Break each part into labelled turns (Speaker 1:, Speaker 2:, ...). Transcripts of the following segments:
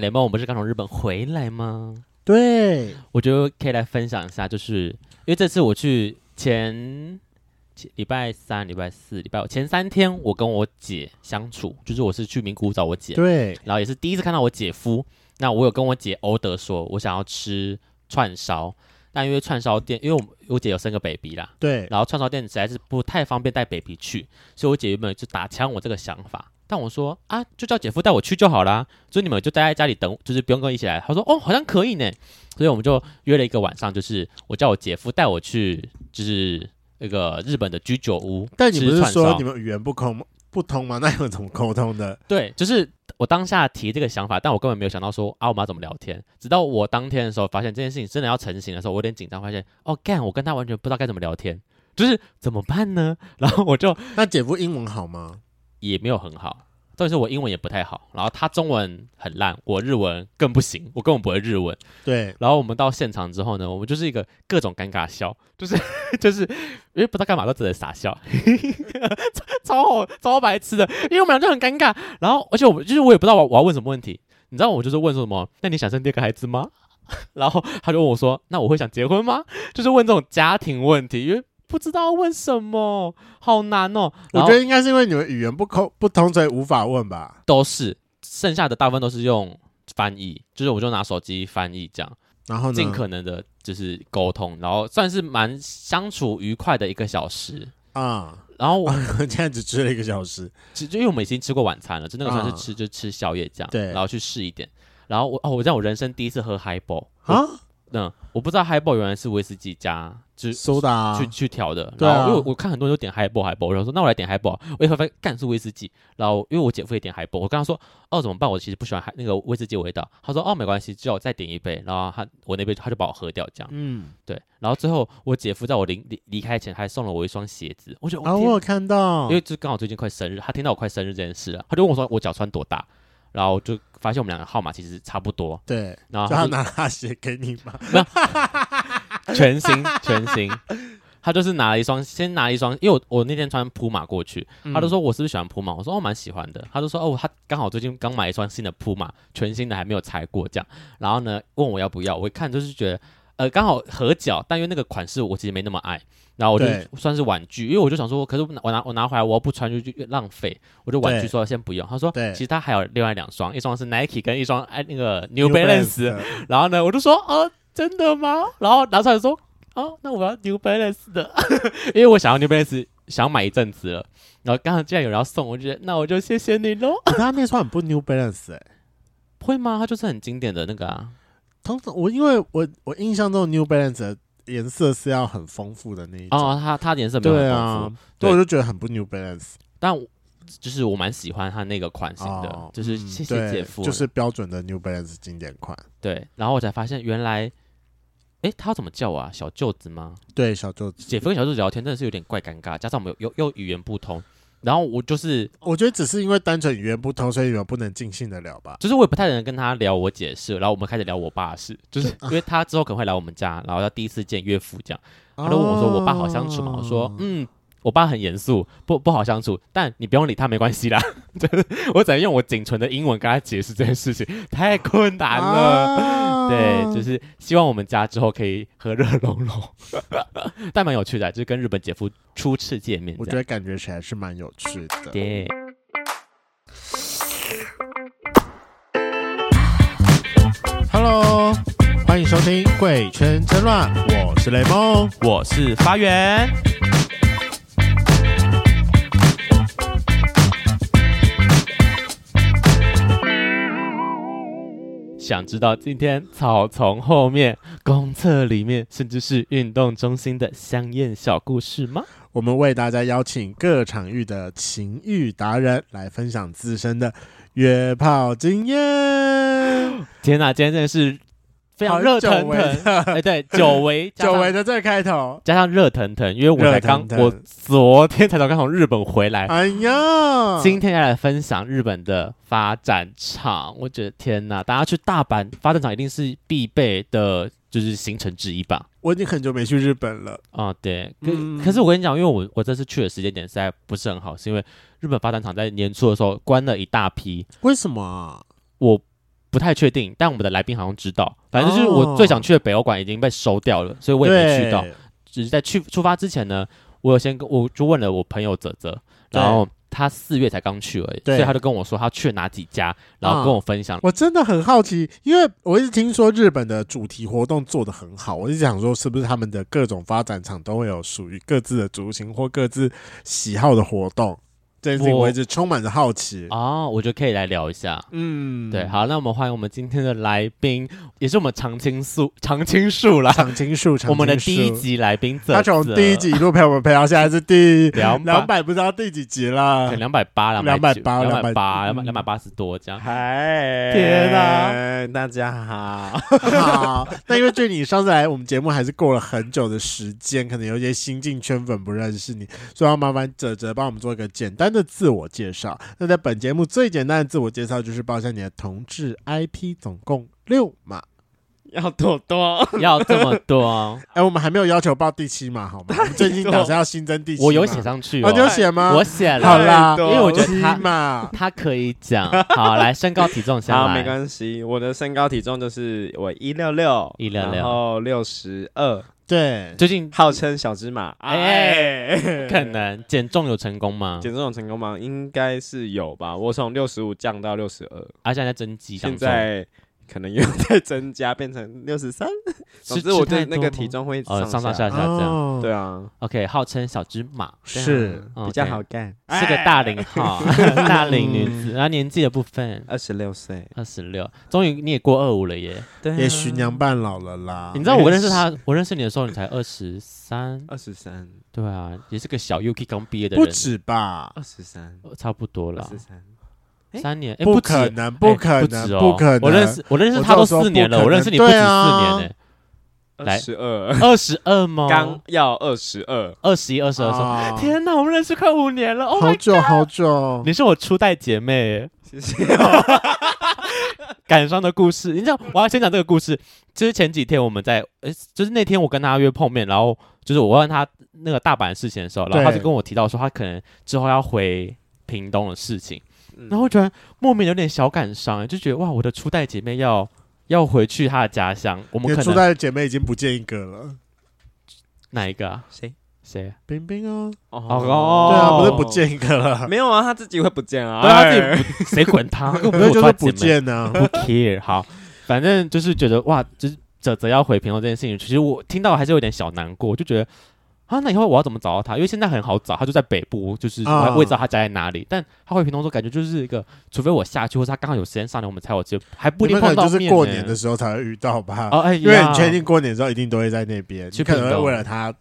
Speaker 1: 雷梦，我们不是刚从日本回来吗？
Speaker 2: 对，
Speaker 1: 我觉得可以来分享一下，就是因为这次我去前前礼拜三、礼拜四、礼拜五前三天，我跟我姐相处，就是我是去名古屋找我姐，
Speaker 2: 对，
Speaker 1: 然后也是第一次看到我姐夫。那我有跟我姐欧德说，我想要吃串烧，但因为串烧店，因为我我姐有生个 baby 啦，
Speaker 2: 对，
Speaker 1: 然后串烧店实在是不太方便带 baby 去，所以我姐原本就打枪我这个想法，但我说啊，就叫姐夫带我去就好啦，所以你们就待在家里等，就是不用跟我一起来。她说哦，好像可以呢，所以我们就约了一个晚上，就是我叫我姐夫带我去，就是那个日本的居酒屋
Speaker 2: 但你不
Speaker 1: 吃
Speaker 2: 是
Speaker 1: 串
Speaker 2: 说
Speaker 1: 烧
Speaker 2: 你。们语言不通吗不通吗？那你们怎么沟 通的？
Speaker 1: 对，就是我当下提这个想法，但我根本没有想到说啊，我们要怎么聊天。直到我当天的时候，发现这件事情真的要成型的时候，我有点紧张，发现哦，干，我跟他完全不知道该怎么聊天，就是怎么办呢？ 然后我就
Speaker 2: 那姐夫英文好吗？
Speaker 1: 也没有很好，但是我英文也不太好，然后他中文很烂，我日文更不行，我根本不会日文。
Speaker 2: 对，
Speaker 1: 然后我们到现场之后呢，我们就是一个各种尴尬笑，就是 就是因为不知道干嘛都只能傻笑， 超好超白痴的，因为我们俩就很尴尬。然后而且我们就是我也不知道我我要问什么问题，你知道我就是问说什么？那你想生第二个孩子吗？ 然后他就问我说：“那我会想结婚吗？”就是问这种家庭问题，因为不知道问什么，好难哦。
Speaker 2: 我
Speaker 1: 然后
Speaker 2: 觉得应该是因为你们语言不通不通，所以无法问吧。
Speaker 1: 都是，剩下的大部分都是用翻译，就是我就拿手机翻译这样，
Speaker 2: 然后呢？
Speaker 1: 尽可能的就是沟通，然后算是蛮相处愉快的一个小时。
Speaker 2: 啊，
Speaker 1: 然后
Speaker 2: 我
Speaker 1: 我
Speaker 2: 现在只吃了一个小时。
Speaker 1: 就就因为我们已经吃过晚餐了，就那个算是
Speaker 2: 啊
Speaker 1: 吃、就吃宵夜这样，
Speaker 2: 对
Speaker 1: 然后去试一点。然后我哦，我让我人生第一次喝 highball 我，
Speaker 2: 啊，
Speaker 1: 嗯，我不知道 highball 原来是威士忌加就是
Speaker 2: 苏打啊
Speaker 1: 去去调的。
Speaker 2: 对啊
Speaker 1: 然后因为我我看很多人都点 highball highball，我想说那我来点 highball，我一会儿发现干是威士忌。然后因为我姐夫也点 highball，我跟他说哦怎么办？我其实不喜欢 high- 那个威士忌的味道。他说哦没关系，叫我再点一杯。然后他我那杯他就把我喝掉这样。
Speaker 2: 嗯，
Speaker 1: 对，然后最后我姐夫在我临离离开前还送了我一双鞋子，我觉得
Speaker 2: 然后
Speaker 1: 我
Speaker 2: 啊我
Speaker 1: 天
Speaker 2: 有看到
Speaker 1: 嗯因，为就刚好最近快生日，他听到我快生日这件事了，他就问我说我脚穿多大，然后就发现我们两个号码其实差不多，
Speaker 2: 对，
Speaker 1: 然后
Speaker 2: 就他
Speaker 1: 啊他
Speaker 2: 拿他鞋给你嘛。
Speaker 1: 就全 新全新，他就是拿了一双，先拿了一双，因为我我那天穿普马过去，
Speaker 2: 嗯
Speaker 1: 他就说我是不是喜欢普马，我说哦蛮喜欢的，他就说哦他刚好最近刚买一双新的普马，全新的还没有拆过这样，然后呢问我要不要，我一看就是觉得。呃，刚好合脚，但因为那个款式我其实没那么爱，然后我就
Speaker 2: 对
Speaker 1: 算是婉拒，因为我就想说，可是我拿我拿我拿回来，我要不穿就就越浪费，我就婉拒
Speaker 2: 对
Speaker 1: 说先不用。他说，
Speaker 2: 对
Speaker 1: 其实他还有另外两双，一双是 Nike 跟一双哎那个 New
Speaker 2: New
Speaker 1: Balance，
Speaker 2: 的
Speaker 1: 然后呢，我就说，呃，真的吗？然后拿出来说，哦，那我要 New Balance 的， 因为我想要 New Balance，想买一阵子了。然后刚刚既然有人要送，我就觉得那我就谢谢你喽。
Speaker 2: 可哦是他那双很不 New Balance 哎。
Speaker 1: 会吗？它就是很经典的那个啊，
Speaker 2: 通常我因为我我印象中 New Balance 的颜色是要很丰富的那一种。
Speaker 1: 哦，它它颜色没有
Speaker 2: 对
Speaker 1: 很
Speaker 2: 啊
Speaker 1: 丰富，，对
Speaker 2: 对，我就觉得很不 New Balance
Speaker 1: 但我就是我蛮喜欢它那个款型的，
Speaker 2: 哦
Speaker 1: 就是
Speaker 2: 嗯
Speaker 1: 谢
Speaker 2: 对
Speaker 1: 谢姐夫，
Speaker 2: 就是标准的 New Balance 经典款。
Speaker 1: 对。然后我才发现原来，诶，他要怎么叫我啊？小舅子吗？
Speaker 2: 对，小舅子，
Speaker 1: 姐夫跟小舅子聊天真的是有点怪尴尬，加上我们又又又语言不通，然后我就是
Speaker 2: 我觉得只是因为单纯语言不通，所以你们不能尽兴的聊吧。
Speaker 1: 就是我也不太能跟他聊我姐的事，然后我们开始聊我爸的事，就是因为他之后可能会来我们家，然后要第一次见岳父这样。他就问我说：“我爸好相处吗？”我说
Speaker 2: 哦：“
Speaker 1: 嗯，我爸很严肃，不不好相处，但你不用理他，没关系啦。” 就是我只能用我仅存的英文跟他解释这件事情，太困难了。
Speaker 2: 啊
Speaker 1: 对，就是希望我们家之后可以和乐融融， 但蛮有趣的，就是跟日本姐夫初次见面这样。
Speaker 2: 我觉得感觉起来是蛮有趣的。
Speaker 1: 对。
Speaker 2: Hello，欢迎收听《贵圈争乱》，我是雷梦。
Speaker 1: 我是发源。想知道今天草丛后面、公厕里面，甚至是运动中心的香艳小故事吗？
Speaker 2: 我们为大家邀请各场域的情欲达人来分享自身的约炮经验。
Speaker 1: 天哪，今天真的是非常
Speaker 2: 好
Speaker 1: 热腾
Speaker 2: 久违
Speaker 1: 腾，
Speaker 2: 的
Speaker 1: 哎，对，久违，加
Speaker 2: 久
Speaker 1: 上
Speaker 2: 违的这个开头，
Speaker 1: 加上热腾腾，因为我才刚，
Speaker 2: 热腾腾
Speaker 1: 我昨天才刚从日本回来，
Speaker 2: 哎呀，
Speaker 1: 今天要来分享日本的发展场，我觉得天哪，大家去大阪发展场一定是必备的，就是行程之一吧。
Speaker 2: 我已经很久没去日本了。
Speaker 1: 啊、对，可、
Speaker 2: 嗯
Speaker 1: 可是我跟你讲，因为我我这次去的时间点实在不是很好，是因为日本发展场在年初的时候关了一大批
Speaker 2: 为什么啊？
Speaker 1: 我不不太确定，但我们的来宾好像知道。反正就是我最想去的北欧馆已经被收掉了，所以我也没去到。
Speaker 2: 对
Speaker 1: 只是在去出发之前呢，我有先跟我就问了我朋友泽泽，
Speaker 2: 对
Speaker 1: 然后他四月才刚去而已，
Speaker 2: 对嗯
Speaker 1: 所以他就跟我说他去了哪几家，然后跟我分享。
Speaker 2: 我真的很好奇，因为我一直听说日本的主题活动做得很好，我一直想说是不是他们的各种发展场都会有属于各自的族群或各自喜好的活动，这件事情
Speaker 1: 我
Speaker 2: 我一直充满着好奇。
Speaker 1: 哦，我觉得可以来聊一下。
Speaker 2: 嗯，
Speaker 1: 对，，好，那我们欢迎我们今天的来宾，也是我们常青树常青树啦，
Speaker 2: 常青 树，常
Speaker 1: 我们的
Speaker 2: 青树
Speaker 1: 第一，集来宾泽泽。
Speaker 2: 他从第一集一路陪我们陪到现在是第
Speaker 1: 两百
Speaker 2: 两百，不知道第几集了
Speaker 1: 可能。两百八、两
Speaker 2: 280
Speaker 1: 八、两百八、两
Speaker 2: 280
Speaker 1: 两百八十多 这样。
Speaker 2: 嗨，
Speaker 1: 天
Speaker 2: 哪！大家好，好。那因为对你上次来我们节目还是过了很久的时间，可能有一些新进圈粉不认识你，所以要麻烦哲哲帮我们做一个简单的自我介绍。那在本节目最简单的自我介绍就是报一下你的同志 IP，总共六码。
Speaker 3: 要多 多，
Speaker 1: 要这么 多，
Speaker 2: 哎、我们还没有要求报第七码好吗？我们最近打算要新增第七码，
Speaker 1: 我有写上去、
Speaker 2: 哦，
Speaker 1: 哦，
Speaker 2: 你有写吗？
Speaker 1: 我写了，
Speaker 2: 好啦，
Speaker 3: 因
Speaker 1: 为我觉得他
Speaker 2: 七码
Speaker 1: 他可以讲。好，来身高体 重下
Speaker 3: 好，
Speaker 1: 来，
Speaker 3: 没关系。我的身高体重就是我一六六，
Speaker 1: 166
Speaker 3: 然后六十二，
Speaker 2: 对。
Speaker 1: 最近
Speaker 3: 号称小芝麻。
Speaker 1: 哎
Speaker 3: 哎，
Speaker 1: 可能减重有成功吗？
Speaker 3: 减重成功吗？应该是有吧。我从六十五降到六十二，
Speaker 1: 啊，现在在增肌当
Speaker 3: 现
Speaker 1: 中，
Speaker 3: 在可能又在增加，变成六十三。
Speaker 1: 是
Speaker 3: 总之，
Speaker 1: 吃
Speaker 3: 我
Speaker 1: 太
Speaker 3: 对那
Speaker 1: 多吗
Speaker 3: 个体重会一直
Speaker 1: 呃上上
Speaker 3: 上
Speaker 1: 下下这样。
Speaker 2: 哦
Speaker 3: 对啊，
Speaker 1: OK，号称小芝麻，
Speaker 2: 是
Speaker 1: 嗯
Speaker 3: 比较好，哎干。
Speaker 1: OK，是个大龄 号，大龄女子。
Speaker 2: 嗯
Speaker 1: 然后年纪的部分，
Speaker 3: 二十六岁，
Speaker 1: 二十六，终于你也过二五了耶！
Speaker 3: 对啊，
Speaker 2: 也徐娘半老了啦
Speaker 1: 你。知道我认识他，我认识你的时候，你才二十三，
Speaker 3: 二十三，
Speaker 1: 对啊，也是个小 UK 刚毕业的
Speaker 2: 不
Speaker 1: 人，
Speaker 2: 止吧？
Speaker 3: 二十三，
Speaker 1: 呃差不多
Speaker 3: 二
Speaker 1: 了
Speaker 3: 十，三。哎
Speaker 1: 三年，哎，
Speaker 2: 不
Speaker 1: 止
Speaker 2: 可能，不可
Speaker 1: 哎
Speaker 2: 能，
Speaker 1: 止哦
Speaker 2: 不可能！
Speaker 1: 我认识我认识
Speaker 2: 我
Speaker 1: 他
Speaker 2: 就
Speaker 1: 都
Speaker 2: 说
Speaker 1: 四
Speaker 2: 不
Speaker 1: 年了，
Speaker 2: 可
Speaker 1: 我认
Speaker 2: 能
Speaker 1: 识你不止四
Speaker 2: 对啊
Speaker 1: 年呢，来
Speaker 3: 二十二，
Speaker 1: 二十二吗？
Speaker 3: 刚要二十二，
Speaker 1: 二十一、二十二说，
Speaker 2: 啊
Speaker 1: 哎天哪，我们认识快五年了，Oh
Speaker 2: 好
Speaker 1: my，
Speaker 2: 久好久，
Speaker 1: 你是我初代姐妹耶，
Speaker 3: 谢谢哦。
Speaker 1: 感伤的故事。你知道，我要先讲这个故事。就是前几天我们在，诶，就是那天我跟他约碰面，然后就是我问他那个大阪的事情的时候，然后他
Speaker 2: 对
Speaker 1: 就跟我提到说他可能之后要回屏东的事情，
Speaker 3: 嗯
Speaker 1: 然后我突然莫名有点小感伤，就觉得哇，我的初代姐妹要要回去她的家乡，我
Speaker 2: 你
Speaker 1: 们
Speaker 2: 的
Speaker 1: 可
Speaker 2: 初
Speaker 1: 能
Speaker 2: 代的姐妹已经不见一个了。
Speaker 1: 哪一个啊？
Speaker 3: 谁？
Speaker 1: 谁啊？
Speaker 2: 冰冰哦，
Speaker 3: 哦
Speaker 1: 哦
Speaker 2: 对啊，不是不，见一个了，
Speaker 3: 没有啊，他自己会不见啊，
Speaker 1: 对啊，自
Speaker 3: 哎
Speaker 1: 己不谁管 他？根本
Speaker 2: 那就是
Speaker 1: 不
Speaker 2: 啊不
Speaker 1: 是我初代姐妹
Speaker 2: 见啊呢。
Speaker 1: 哦不 care。好，反正就是觉得哇，就是泽泽要回屏东这件事情，其实我听到还是有点小难过，就觉得啊，那以后我要怎么找到他？因为现在很好找，他就在北部，就是我
Speaker 2: 啊
Speaker 1: 还我也知道他家在哪里。但他回屏东之后，感觉就是一个，除非我下去，或者他刚好有时间上来，我们才有机会，还不一
Speaker 2: 你
Speaker 1: 定
Speaker 2: 们可
Speaker 1: 碰到
Speaker 2: 能
Speaker 1: 面、
Speaker 2: 就是过年的时候才会遇到吧，
Speaker 1: 哦，哎，啊
Speaker 2: 因为
Speaker 1: 呀
Speaker 2: 你确定过年之后一定都会在那边，
Speaker 1: 去
Speaker 2: 你可能
Speaker 1: 屏
Speaker 2: 会
Speaker 1: 东
Speaker 2: 为了他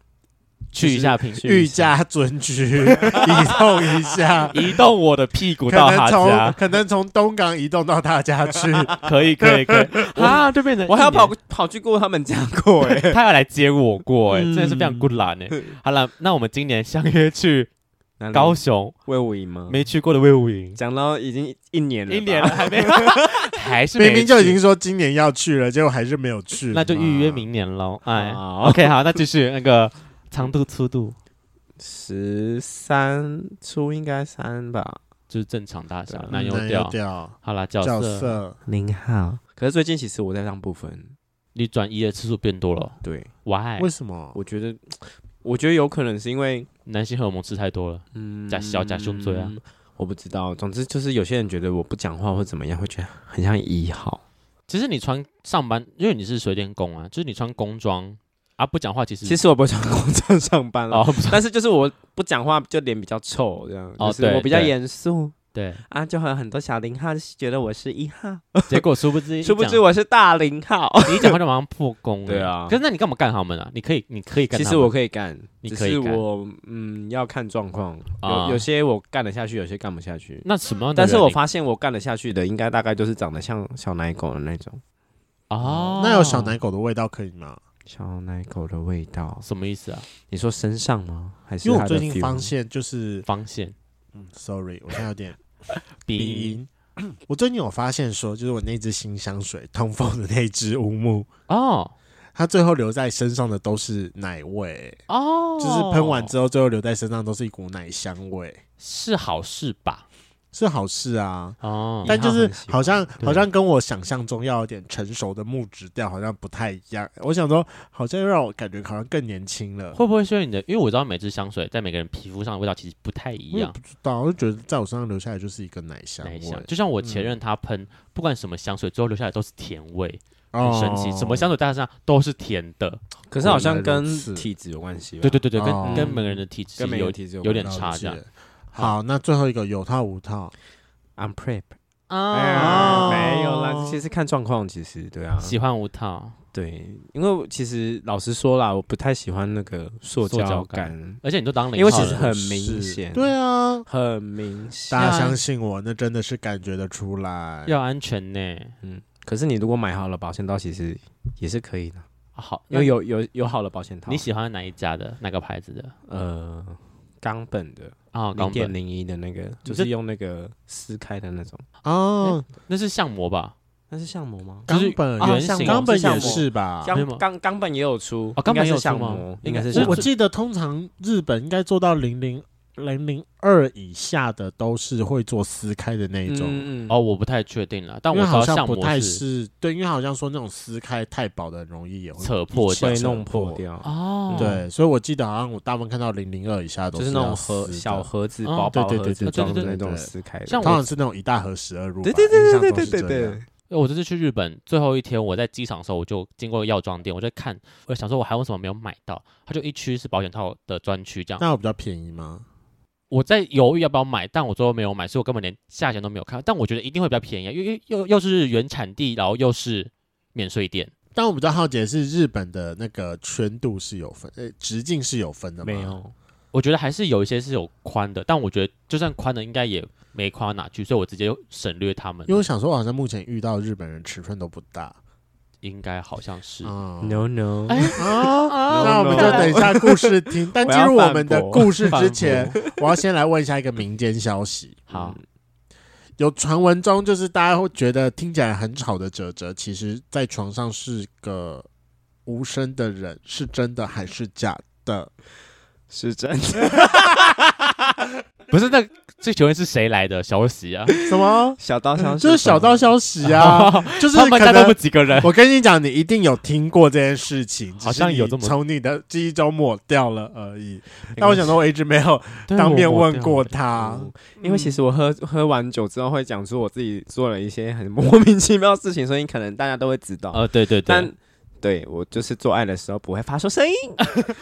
Speaker 1: 去一下屏，
Speaker 2: 御驾准居，移动一下
Speaker 1: 移动我的屁股
Speaker 2: 可
Speaker 1: 到他
Speaker 2: 能
Speaker 1: 家
Speaker 2: 从，可能从东港移动到他家 去，
Speaker 1: 可以可以可 以啊，就变成
Speaker 3: 我还要
Speaker 1: 一年
Speaker 3: 跑跑去过他们家过哎，
Speaker 1: 他要来接我过、哎、真的是非常
Speaker 2: 嗯
Speaker 1: good 啦、哎。好了，那我们今年相约去
Speaker 2: 嗯
Speaker 1: 高雄
Speaker 3: 魏武营吗？
Speaker 1: 没去过的魏武营，
Speaker 3: 讲到已经一年了吧，
Speaker 1: 一年了还没， 还是没
Speaker 2: 明明就已
Speaker 1: 去
Speaker 2: 经，说今年要去了，结果还是没有去嘛，
Speaker 1: 那就预约明年喽。
Speaker 3: 啊
Speaker 1: 哎
Speaker 3: 好
Speaker 1: ，OK，好，那继续那个长度粗度
Speaker 3: 十三出应该三吧，
Speaker 1: 就是正常大小，
Speaker 3: 对
Speaker 1: 男优
Speaker 2: 男
Speaker 1: 调
Speaker 2: 优。调
Speaker 1: 好啦，角
Speaker 2: 角
Speaker 1: 色
Speaker 2: 色。
Speaker 3: 零号。可是最近其实我在让部分，
Speaker 1: 你转移的次数变多了
Speaker 3: 对
Speaker 1: ，Why？
Speaker 2: 为什么？
Speaker 3: 我觉得，我觉得有可能是因为
Speaker 1: 男性荷尔蒙吃太多了，
Speaker 3: 嗯
Speaker 1: 假小假胸椎啊。
Speaker 3: 我不知道，总之就是有些人觉得我不讲话或怎么样，会觉得很像一号。
Speaker 1: 其实你穿上班，因为你是水电工啊，就是你穿工装啊，不讲话其实
Speaker 3: 其实我不会穿工装上班 了，
Speaker 1: 哦，不是
Speaker 3: 但是就是我不讲话就脸比较臭这样，
Speaker 1: 哦
Speaker 3: 就是
Speaker 1: 对
Speaker 3: 我比较
Speaker 1: 对
Speaker 3: 严肃
Speaker 1: 对，
Speaker 3: 啊，就会有很多小零号觉得我是一号，
Speaker 1: 结果殊不知，
Speaker 3: 殊不
Speaker 1: 一
Speaker 3: 知
Speaker 1: 讲
Speaker 3: 我是大零号。
Speaker 1: 你一讲话就马上破功了。
Speaker 3: 对啊
Speaker 1: 可是那你干嘛干他们啊？你可以，你可以干
Speaker 3: 其
Speaker 1: 他们。
Speaker 3: 实我可以干，
Speaker 1: 你
Speaker 3: 只
Speaker 1: 可以
Speaker 3: 是
Speaker 1: 干
Speaker 3: 我嗯要看状况，
Speaker 1: 啊
Speaker 3: 有有些我干得下去，有些干不下去。
Speaker 1: 那什么样的
Speaker 3: 但
Speaker 1: 人你？
Speaker 3: 是我发现我干得下去的，应该大概就是长得像小奶狗的那种，
Speaker 1: 哦，
Speaker 2: 那有小奶狗的味道可以吗？
Speaker 3: 小奶狗的味道。
Speaker 1: 什么意思啊？
Speaker 3: 你说身上吗？还是
Speaker 2: 因为我
Speaker 3: 它的
Speaker 2: 最近
Speaker 3: feel？
Speaker 2: 发现，就是
Speaker 1: 方线
Speaker 2: 嗯，sorry，我现在有点
Speaker 1: 鼻音
Speaker 2: 鼻音。 我最近有发现说，就是我那支新香水通风的那支乌木，
Speaker 1: 哦
Speaker 2: 它最后留在身上的都是奶味，
Speaker 1: 哦，
Speaker 2: 就是喷完之后，最后留在身上都是一股奶香味。
Speaker 1: 是好事吧？
Speaker 2: 是好事啊。
Speaker 1: 哦，
Speaker 2: 但就是
Speaker 3: 很喜欢
Speaker 2: 好像
Speaker 3: 对
Speaker 2: 好像跟我想象中要有点成熟的木质调好像不太一样。我想说，好像又让我感觉好像更年轻了。
Speaker 1: 会不会是因为你的？因为我知道每支香水在每个人皮肤上的味道其实不太一
Speaker 2: 我也
Speaker 1: 样
Speaker 2: 不，知道，我就觉得在我身上留下来就是一个奶香
Speaker 1: 哪一
Speaker 2: 味，
Speaker 1: 项？就像我前任他喷、不管什么香水，最后留下来都是甜味，很
Speaker 2: 哦
Speaker 1: 神奇。什么香水在他身上都是甜的。
Speaker 3: 可是好像
Speaker 2: 原来
Speaker 3: 跟
Speaker 2: 如此
Speaker 3: 体质有关系吧？
Speaker 1: 对对对对，跟、
Speaker 2: 哦
Speaker 1: 跟每个人的体质
Speaker 3: 啊跟每个
Speaker 1: 有
Speaker 3: 人体质有
Speaker 1: 有
Speaker 3: 关
Speaker 1: 点
Speaker 2: 了
Speaker 1: 差这样
Speaker 2: 解。好，那最后一个有套无套，
Speaker 3: I'm prep，
Speaker 1: 啊。
Speaker 2: 哦
Speaker 3: 哎没有啦，其实看状况，其实对啊，
Speaker 1: 喜欢无套，
Speaker 3: 对，因为我其实老实说啦，我不太喜欢那个塑
Speaker 1: 塑胶
Speaker 3: 胶
Speaker 1: 感
Speaker 3: 感，
Speaker 1: 而且你都当零
Speaker 3: 因为
Speaker 1: 号
Speaker 3: 其实
Speaker 1: 了
Speaker 3: 很
Speaker 2: 是
Speaker 3: 明显，
Speaker 2: 对啊，
Speaker 3: 很明显。
Speaker 2: 大
Speaker 1: 是
Speaker 2: 家
Speaker 1: 啊
Speaker 2: 相信我，那真的是感觉得出来。
Speaker 1: 要安全呢、
Speaker 3: 嗯，可是你如果买好了保险套，其实也是可以的，
Speaker 1: 啊好，
Speaker 3: 因
Speaker 1: 那
Speaker 3: 为有有有好的保险套。
Speaker 1: 你喜欢哪一家的？哪个牌子的？
Speaker 3: 呃，冈本的
Speaker 1: 啊，
Speaker 3: 零
Speaker 1: 冈
Speaker 3: 点
Speaker 1: 本，
Speaker 3: 零一的那个，就
Speaker 1: 这
Speaker 3: 是用那个撕开的那种，
Speaker 2: 哦，
Speaker 1: 那是橡膜吧？
Speaker 3: 那是橡膜吗？
Speaker 1: 嗯就
Speaker 2: 冈
Speaker 1: 是
Speaker 2: 本
Speaker 1: 啊
Speaker 3: 原
Speaker 1: 像
Speaker 3: 型
Speaker 1: 我
Speaker 2: 冈本
Speaker 3: 像
Speaker 2: 也
Speaker 3: 我
Speaker 2: 是吧？
Speaker 1: 啊没有吗
Speaker 3: 冈冈冈本也有出
Speaker 1: 哦冈本
Speaker 3: 应该
Speaker 1: 也有
Speaker 3: 是
Speaker 1: 出
Speaker 3: 橡
Speaker 1: 吗
Speaker 3: 膜，
Speaker 1: 应
Speaker 3: 应
Speaker 1: 该
Speaker 3: 该是
Speaker 1: 我
Speaker 3: 橡
Speaker 2: 我我
Speaker 3: 膜
Speaker 2: 记得通常日本应该做到零零零零二以下的都是会做撕开的那一种，
Speaker 3: 嗯嗯
Speaker 1: 哦，我不太确定了，但
Speaker 2: 因
Speaker 1: 我
Speaker 2: 为
Speaker 1: 知道
Speaker 2: 好
Speaker 1: 橡
Speaker 2: 像
Speaker 1: 膜
Speaker 2: 不太是对，因为好像说那种撕开太薄的很容易也会
Speaker 1: 扯破这
Speaker 3: 被
Speaker 1: 样
Speaker 2: 一起
Speaker 3: 弄破
Speaker 2: 扯。
Speaker 3: 掉，
Speaker 1: 哦，
Speaker 2: 对，所以我记得好像我大部分看到零零二以下都
Speaker 3: 嗯就是那
Speaker 2: 那
Speaker 3: 种盒小，盒子、
Speaker 1: 嗯
Speaker 3: 薄薄
Speaker 2: 对对
Speaker 3: 盒
Speaker 2: 对
Speaker 3: 子
Speaker 2: 对
Speaker 3: 装
Speaker 1: 对
Speaker 3: 的
Speaker 1: 对
Speaker 3: 那种
Speaker 2: 对
Speaker 3: 撕开的。
Speaker 1: 像
Speaker 2: 通常是那种一大盒十二入吧。
Speaker 3: 对对对
Speaker 2: 印象
Speaker 3: 对
Speaker 2: 都
Speaker 3: 对
Speaker 2: 是
Speaker 3: 对
Speaker 2: 这
Speaker 3: 对
Speaker 2: 样，
Speaker 1: 我这次去日本最后一天，我在机场的时候，我就经过药妆店，我就看，我想说我还有什么没有买到，它就一区是保险套的专区这样。
Speaker 2: 那我比较便宜吗？
Speaker 1: 我在犹豫要不要买，但我最后没有买，所以我根本连价钱都没有看。但我觉得一定会比较便宜啊，因为又又又是原产地，然后又是免税店，
Speaker 2: 但我比较好奇的是，日本的那个圈度是有分，呃，直径是有分的吗？
Speaker 3: 没，有，
Speaker 1: 我觉得还是有一些是有宽的，但我觉得就算宽的，应该也没宽到哪去，所以我直接省略他们
Speaker 2: 因为。我想说，我好像目前遇到日本人尺寸都不大。
Speaker 1: 应该好像是，
Speaker 2: 嗯，
Speaker 3: No no，
Speaker 1: 哎
Speaker 2: 啊， 那我们
Speaker 3: No,
Speaker 2: 就
Speaker 3: no
Speaker 2: 等一下故事 听。但进入我们的
Speaker 3: 我要反驳
Speaker 2: 故事之 前，我要先来问一下一个民间消息。
Speaker 1: 好，
Speaker 2: 有传闻中，就是大家会觉得听起来很吵的哲哲，其实在床上是个无声的人，是真的还是假的？
Speaker 3: 是真的，
Speaker 1: 不是那这请问是谁来的消息啊？
Speaker 2: 什么？
Speaker 3: 小 道消息
Speaker 2: 嗯就是小道消 息啊，就是
Speaker 1: 他们
Speaker 2: 可
Speaker 1: 家那
Speaker 2: 能
Speaker 1: 么几个人，
Speaker 2: 我跟你讲，你一定有听过这件事情，
Speaker 1: 好像有这么
Speaker 2: 只是你从你的记忆中抹掉了而已。
Speaker 3: 没关系
Speaker 2: 但我想说，我一直没有当面问过他
Speaker 3: 嗯，因为其实我喝喝完酒之后会讲出我自己做了一些很莫名其妙的事情，所以可能大家都会知道。
Speaker 1: 呃，对对对
Speaker 3: 但，对我就是做爱的时候不会发 出声音，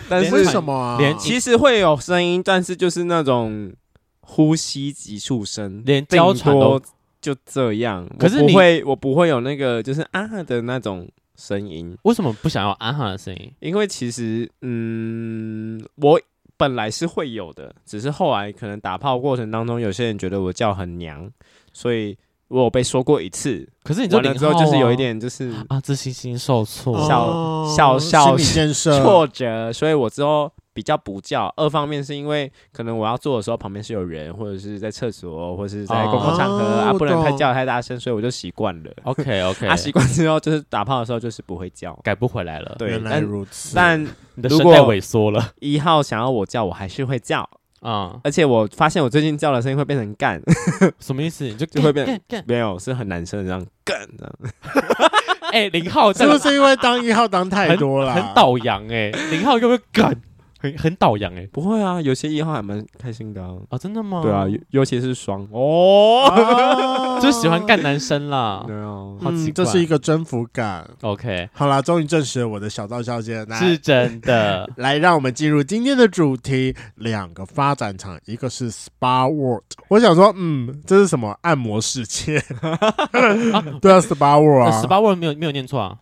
Speaker 3: 但
Speaker 1: 连
Speaker 3: 是
Speaker 2: 为什么啊？
Speaker 1: 连
Speaker 3: 其实会有声音，但是就是那种呼吸急促声，
Speaker 1: 连娇
Speaker 3: 顶
Speaker 1: 喘都
Speaker 3: 多就这样。
Speaker 1: 可是
Speaker 3: 我
Speaker 1: 你
Speaker 3: 不会，我不会有那个就是啊的那种声音，
Speaker 1: 为什么不想要安哈的声音？
Speaker 3: 因为其实嗯，我本来是会有的，只是后来可能打炮过程当中，有些人觉得我叫很娘，所以我有被说过一次。
Speaker 1: 可是你这
Speaker 3: 完
Speaker 1: 零
Speaker 3: 了
Speaker 1: 号
Speaker 3: 之后就是有一
Speaker 1: 啊
Speaker 3: 点就是
Speaker 1: 啊，自信心受挫，
Speaker 3: 小
Speaker 2: 哦
Speaker 3: 小小
Speaker 2: 心理建设，
Speaker 3: 挫折，所以我之后比较不叫。二方面是因为可能我要做的时候旁边是有人，或者是在厕所，或是在公共场合、
Speaker 2: 哦
Speaker 3: 啊，
Speaker 2: 我
Speaker 3: 不能太
Speaker 2: 懂
Speaker 3: 叫太大声，所以我就习惯了。
Speaker 1: OK OK，
Speaker 3: 啊，习惯之后就是打炮的时候就是不会叫。
Speaker 1: 改不回来了，
Speaker 3: 对
Speaker 2: 原，来
Speaker 3: 但
Speaker 2: 如此。
Speaker 3: 但
Speaker 1: 你的
Speaker 3: 如
Speaker 1: 声
Speaker 3: 果
Speaker 1: 带萎缩了
Speaker 3: 一号想要我叫，我还是会叫。
Speaker 1: 啊？
Speaker 3: 而且我发现我最近叫的声音会变成干，
Speaker 1: 什么意思？你就
Speaker 3: 就会变
Speaker 1: 干干
Speaker 3: 没有，是很男生的这样干这样。
Speaker 1: 干哎，零号这
Speaker 2: 是不
Speaker 1: 个
Speaker 2: 是因为当一号当太多了？
Speaker 1: 很倒洋哎，零号有没有干？很很倒洋哎
Speaker 3: 不会啊，有些一号还蛮开心的啊。
Speaker 1: 啊，真的吗？
Speaker 3: 对啊，尤尤其是双哦，
Speaker 2: 啊
Speaker 1: 就喜欢干男生啦
Speaker 3: 对。啊，
Speaker 1: 好奇怪
Speaker 2: 嗯，这是一个征服感。
Speaker 1: OK，
Speaker 2: 好啦，终于证实了我的小道消息了。来
Speaker 1: 是真的
Speaker 2: 来，让我们进入今天的主题：两个发展场，一个是 Spa World。我想说，嗯，这是什么按摩世 界？对啊，Spa World 啊
Speaker 1: 十八 word 没有没有念错啊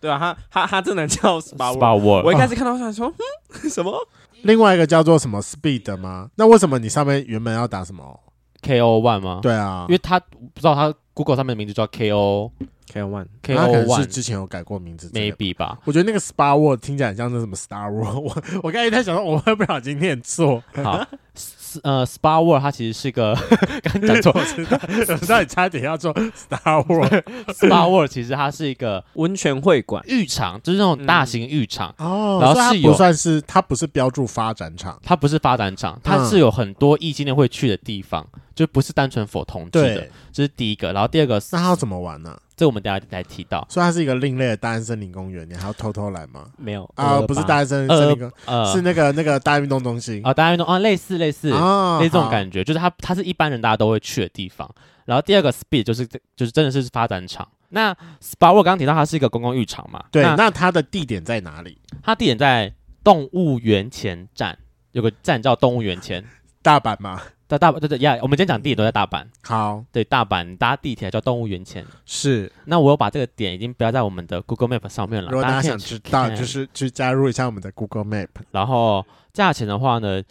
Speaker 3: 对啊，他他他真的叫 SPA World
Speaker 1: ，spa word
Speaker 3: 我一开始看到我想说，嗯，什么？
Speaker 2: 另外一个叫做什么 Speed 吗？那为什么你上面原本要
Speaker 1: 哦
Speaker 2: 打什么？
Speaker 1: K O one 吗？，
Speaker 2: 对啊
Speaker 1: 因，为他不知道他 Google 上面的名字叫 K O
Speaker 3: K One，
Speaker 1: K
Speaker 2: 他
Speaker 1: O
Speaker 2: 可能是
Speaker 1: One
Speaker 2: 之前有改过名字之类的
Speaker 1: maybe 吧，
Speaker 2: 我觉得那个 Spa World 听起来很像是什么 Star World，我 我刚才在想说我会不小心念错，
Speaker 1: 好，s- 呃，Spa World 它其实是个 刚讲错
Speaker 2: 我知道你差点要说 Star World
Speaker 1: ，Spa World 其实它是一个
Speaker 3: 温泉会馆，
Speaker 1: 浴场，就是那种大型浴场，
Speaker 2: 哦
Speaker 1: 然后
Speaker 2: 所以它
Speaker 1: 是有
Speaker 2: 不算是它不是标注发展场，
Speaker 1: 它不是发展场，它
Speaker 2: 嗯
Speaker 1: 是有很多异性恋会去的地方，就不是单纯否同志的
Speaker 2: 对，，
Speaker 1: 这是第一个。然后第二个，
Speaker 2: 那它要怎么玩呢？
Speaker 1: 这我们等一下来提到，
Speaker 2: 所以它是一个另类的大安森林公园，你还要偷偷来吗？
Speaker 3: 没有
Speaker 2: 啊，不是大安森森林公，
Speaker 1: 呃，
Speaker 2: 是那个那个大运动中心
Speaker 1: 啊，大家运动啊，类似类似。
Speaker 2: 啊
Speaker 1: 类似这种
Speaker 2: 觉。
Speaker 1: 感觉，就是它，它是一般人大家都会去的地方。然后第二个 speed 就是就是真的是发展场。那 spa 我刚刚提到它是一个公共浴场嘛，
Speaker 2: 对，
Speaker 1: 那
Speaker 2: 那它的地点在哪里？
Speaker 1: 它地点在动物园前站，有个站叫动物园前。
Speaker 2: 大阪吗？
Speaker 1: 在大阪对对呀，我们今天讲地点都在大阪，
Speaker 2: 好，
Speaker 1: 对大阪搭地铁叫动物园前。
Speaker 2: 是。
Speaker 1: 那我有把这个点已经标在我们的 Google Map 上面了，
Speaker 2: 如果大家
Speaker 1: 可以
Speaker 2: 想知道，
Speaker 1: 看
Speaker 2: 就是去加入一下我们的 Google Map。
Speaker 1: 然后价钱的话呢，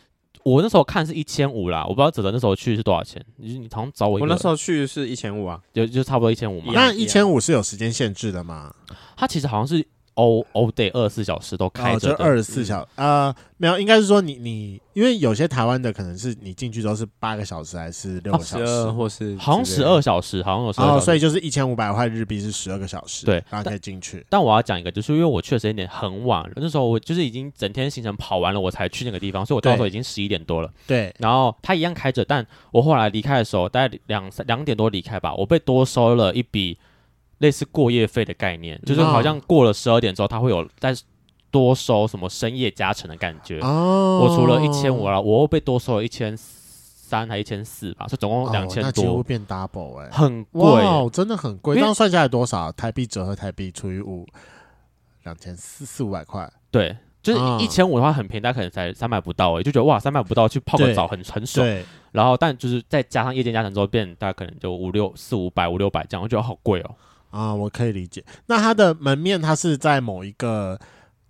Speaker 1: 我那时候看是一千五啦，我不知道泽泽那时候去是多少钱，你你好像找我一
Speaker 3: 我
Speaker 1: 个，
Speaker 3: 那时候去是一千五啊，
Speaker 1: 就就差不多一千五嘛。
Speaker 2: 那
Speaker 3: 一
Speaker 2: 一
Speaker 3: 样
Speaker 2: 千五是有时间限制的吗？
Speaker 1: 它其实好像是 all all day 二十四小时都开
Speaker 2: 哦，
Speaker 1: 着
Speaker 2: 就
Speaker 1: 的，嗯
Speaker 2: 二十四小呃，没有，应该是说你你，因为有些台湾的可能是你进去都是八个小时还是六个
Speaker 3: 十
Speaker 2: 小
Speaker 3: 二
Speaker 2: 时，
Speaker 3: 或是
Speaker 1: 哦好像
Speaker 3: 之类
Speaker 1: 十
Speaker 3: 的
Speaker 1: 二小时，好像有十二
Speaker 2: 哦，
Speaker 1: 小时。
Speaker 2: 所以就是一千五百块日币是十二个小时，
Speaker 1: 对
Speaker 2: 然后可以进去。
Speaker 1: 但我要讲一个，就是因为我去的时间点很晚了，那时候我就是已经整天行程跑完了，我才去那个地方，所以我到时候已经十一点多了。
Speaker 2: 对，
Speaker 1: 然后他一样开着，但我后来离开的时候，大概两三两点多离开吧，我被多收了一笔类似过夜费的概念，
Speaker 2: 嗯
Speaker 1: 就是好像过了十二点之后，他会有再多收什么深夜加成的感觉。
Speaker 2: 哦，
Speaker 1: 我除了一千五了，我又被多收了一千三还一千四吧，所以总
Speaker 2: 哦
Speaker 1: 共两千
Speaker 2: 那几乎
Speaker 1: 多，
Speaker 2: 变 double 哎，
Speaker 1: 很贵。
Speaker 3: 哦
Speaker 2: 哇，真的很贵。
Speaker 1: 因
Speaker 2: 这
Speaker 1: 为
Speaker 2: 样算下来多少？啊台币折合台币除以五，两千四四五百块。
Speaker 1: 对，就是
Speaker 3: 啊
Speaker 2: 嗯
Speaker 1: 一千五的话很便宜，大概可能才三百不到、欸，就觉得哇，三百不到去泡个
Speaker 2: 对
Speaker 1: 澡很很爽。
Speaker 2: 对，
Speaker 1: 然后但就是再加上夜间加成之后，变大概可能就五六四五百五六百这样，我觉得好贵哦。
Speaker 2: 啊、我可以理解。那它的门面，它是在某一个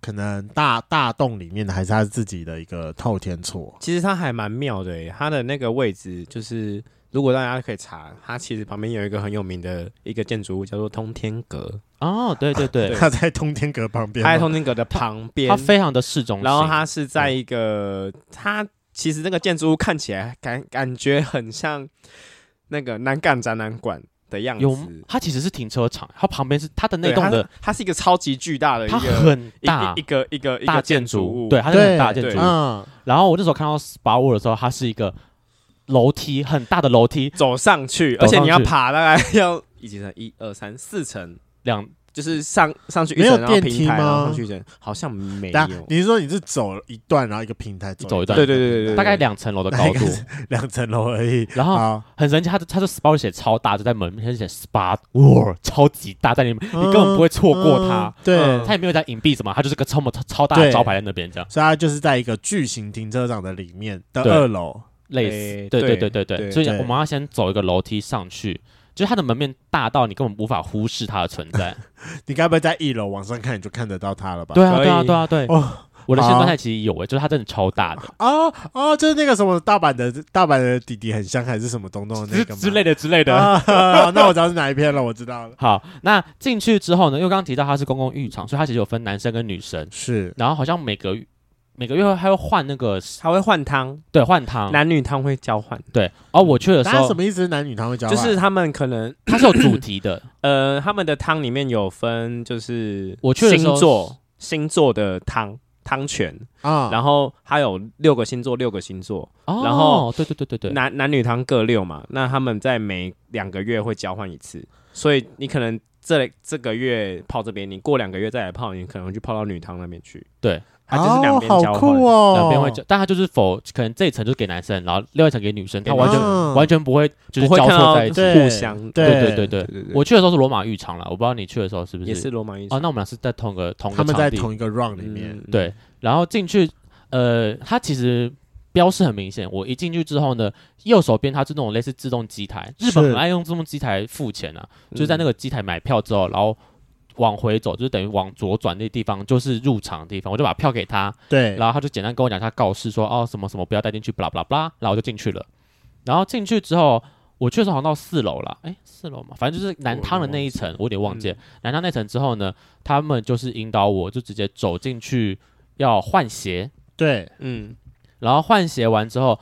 Speaker 2: 可能大大洞里面的，还是它自己的一个透天厝？
Speaker 3: 其实它还蛮妙的耶，欸它的那个位置就是，如果大家可以查，它其实旁边有一个很有名的一个建筑物叫做通天阁，啊
Speaker 1: 哦，对对 对，
Speaker 2: 它在通天阁旁边
Speaker 3: 它在
Speaker 2: 吗。
Speaker 3: 通天阁的旁边
Speaker 1: 它，非常的市中心，
Speaker 3: 然后它是在一个，它其实那个建筑物看起来感感觉很像那个南港展览馆的样
Speaker 1: 有
Speaker 3: 子，
Speaker 1: 它其实是停车场，它旁边是它的那
Speaker 3: 对
Speaker 1: 栋的，
Speaker 3: 它，它是一个超级巨大的一
Speaker 1: 它
Speaker 3: 个
Speaker 1: 很
Speaker 3: 一
Speaker 1: 大
Speaker 3: 个一。个一个一
Speaker 1: 大
Speaker 3: 个
Speaker 1: 建
Speaker 3: 筑
Speaker 1: 筑
Speaker 3: 物，，
Speaker 1: 对，它是很大的
Speaker 3: 对
Speaker 1: 建筑
Speaker 3: 对
Speaker 1: 物。
Speaker 2: 嗯，
Speaker 1: 然后我那时候看到 SPA World 的时候，它是一个楼梯，很大的楼梯，
Speaker 3: 走上去，
Speaker 1: 走
Speaker 3: 而且
Speaker 1: 上
Speaker 3: 你要
Speaker 1: 去
Speaker 3: 爬大概要一几层，一二三四层。
Speaker 1: 两
Speaker 3: 就是上上去一
Speaker 2: 没有
Speaker 3: 层，然后
Speaker 2: 电
Speaker 3: 平
Speaker 2: 梯
Speaker 3: 台，然
Speaker 2: 吗
Speaker 3: 后上去一层，好像没有
Speaker 2: 但。你是说你是走了一段，然后一个平台
Speaker 1: 走一
Speaker 2: 一
Speaker 1: 段
Speaker 3: 对对对对对，
Speaker 1: 大概两层楼的高
Speaker 2: 那应
Speaker 1: 度
Speaker 2: 该，对， 两层楼而已。
Speaker 1: 然后
Speaker 2: 好，
Speaker 1: 很神奇，它的它的 SPA 写超大，就在门面写 SPA World，超级大在里面，你根本不会错过它
Speaker 2: 嗯。对
Speaker 3: 嗯，
Speaker 1: 它也没有在隐蔽什么，它就是个超模超超大的
Speaker 2: 对
Speaker 1: 招牌在那边，这样
Speaker 2: 所以它就是在一个巨型停车场的里面的
Speaker 1: 对
Speaker 2: 二楼。
Speaker 1: 类似。
Speaker 3: 诶
Speaker 1: 对对
Speaker 3: 对
Speaker 1: 对对对，
Speaker 3: 对
Speaker 1: 所以
Speaker 2: 对
Speaker 1: 我们要先走一个楼梯上去，就是它的门面大到你根本无法忽视它的存在。
Speaker 2: 你该不会在一楼往上看你就看得到它了吧？
Speaker 1: 对啊
Speaker 3: 可以
Speaker 1: 对啊对啊对，
Speaker 2: 哦，
Speaker 1: 我的
Speaker 2: 好
Speaker 1: 现状态其实有诶，就是它真的超大的
Speaker 2: 哦哦，就是那个什么大阪的大阪的弟弟很像还是什么东东的那
Speaker 1: 之
Speaker 2: 个吗
Speaker 1: 之类的之类的。
Speaker 2: 啊好那我知道是哪一篇了，我知道了，
Speaker 1: 好，那进去之后呢，因为刚刚提到它是公共浴场，所以它其实有分男生跟女生，
Speaker 2: 是
Speaker 1: 然后好像每个月每个月还会换那个
Speaker 3: 他会换汤，
Speaker 1: 对换汤，
Speaker 3: 男女汤会交换，
Speaker 1: 对。而我去的时
Speaker 2: 那
Speaker 1: 候
Speaker 2: 什，么意思？男女他会交
Speaker 3: 就
Speaker 2: 换？
Speaker 3: 是他们可能
Speaker 1: 它是有主题 的，
Speaker 3: 呃，他们的汤里面有分，就是
Speaker 1: 我去的
Speaker 3: 星
Speaker 1: 时候
Speaker 3: 座星座的汤汤泉，
Speaker 2: 啊，
Speaker 3: 然后它有六个星座，六个星座，
Speaker 1: 哦
Speaker 3: 然后
Speaker 1: 对对对对对，
Speaker 3: 男男女汤各六嘛，那他们在每两个月会交换一次，所以你可能这这个月泡这边，你过两个月再来泡，你可能会去泡到女汤那边去，
Speaker 1: 对，
Speaker 3: 它就是两边
Speaker 2: 哦
Speaker 3: 交
Speaker 2: 好
Speaker 3: 换，
Speaker 2: 酷哦，
Speaker 1: 两边会交，但他就是否可能这一层就是给男生，然后另外一层给女生，他
Speaker 3: 给
Speaker 1: 完全、
Speaker 2: 嗯
Speaker 1: 完全不会就是
Speaker 3: 不会
Speaker 1: 交
Speaker 3: 看
Speaker 1: 错
Speaker 3: 到
Speaker 1: 在一起。
Speaker 2: 对
Speaker 3: 互相
Speaker 2: 对
Speaker 1: 对对对
Speaker 3: 对对对
Speaker 1: 我去的时候是罗马浴场了，我不知道你去的时候是不是？
Speaker 3: 也是罗马浴
Speaker 1: 哦，
Speaker 3: 场
Speaker 1: 那我们俩是在同个同一
Speaker 2: 他
Speaker 1: 个
Speaker 2: 们在
Speaker 1: 场地。嗯
Speaker 2: 同一个 round 里
Speaker 3: 里面
Speaker 2: 面，，
Speaker 1: 对，然后进去，呃，它其实标示很明显。我一进去之后呢，右手边它是那种类似自动机台，日本
Speaker 2: 是
Speaker 1: 很爱用自动机台付钱啊，
Speaker 3: 嗯
Speaker 1: 就是在那个机台买票之后，然后往回走，就是等于往左转那地方就是入场的地方，我就把票给他，
Speaker 2: 对，
Speaker 1: 然后他就简单跟我讲一下告示说，哦什么什么不要带进去，巴拉巴拉巴拉，然后我就进去了。然后进去之后，我确实好像到四楼了，哎，四楼嘛，反正就是南汤的那一层，我有点忘记
Speaker 3: 嗯
Speaker 1: 了。南汤那层之后呢，他们就是引导我，就直接走进去要换鞋，
Speaker 2: 对，
Speaker 3: 嗯，
Speaker 1: 然后换鞋完之后，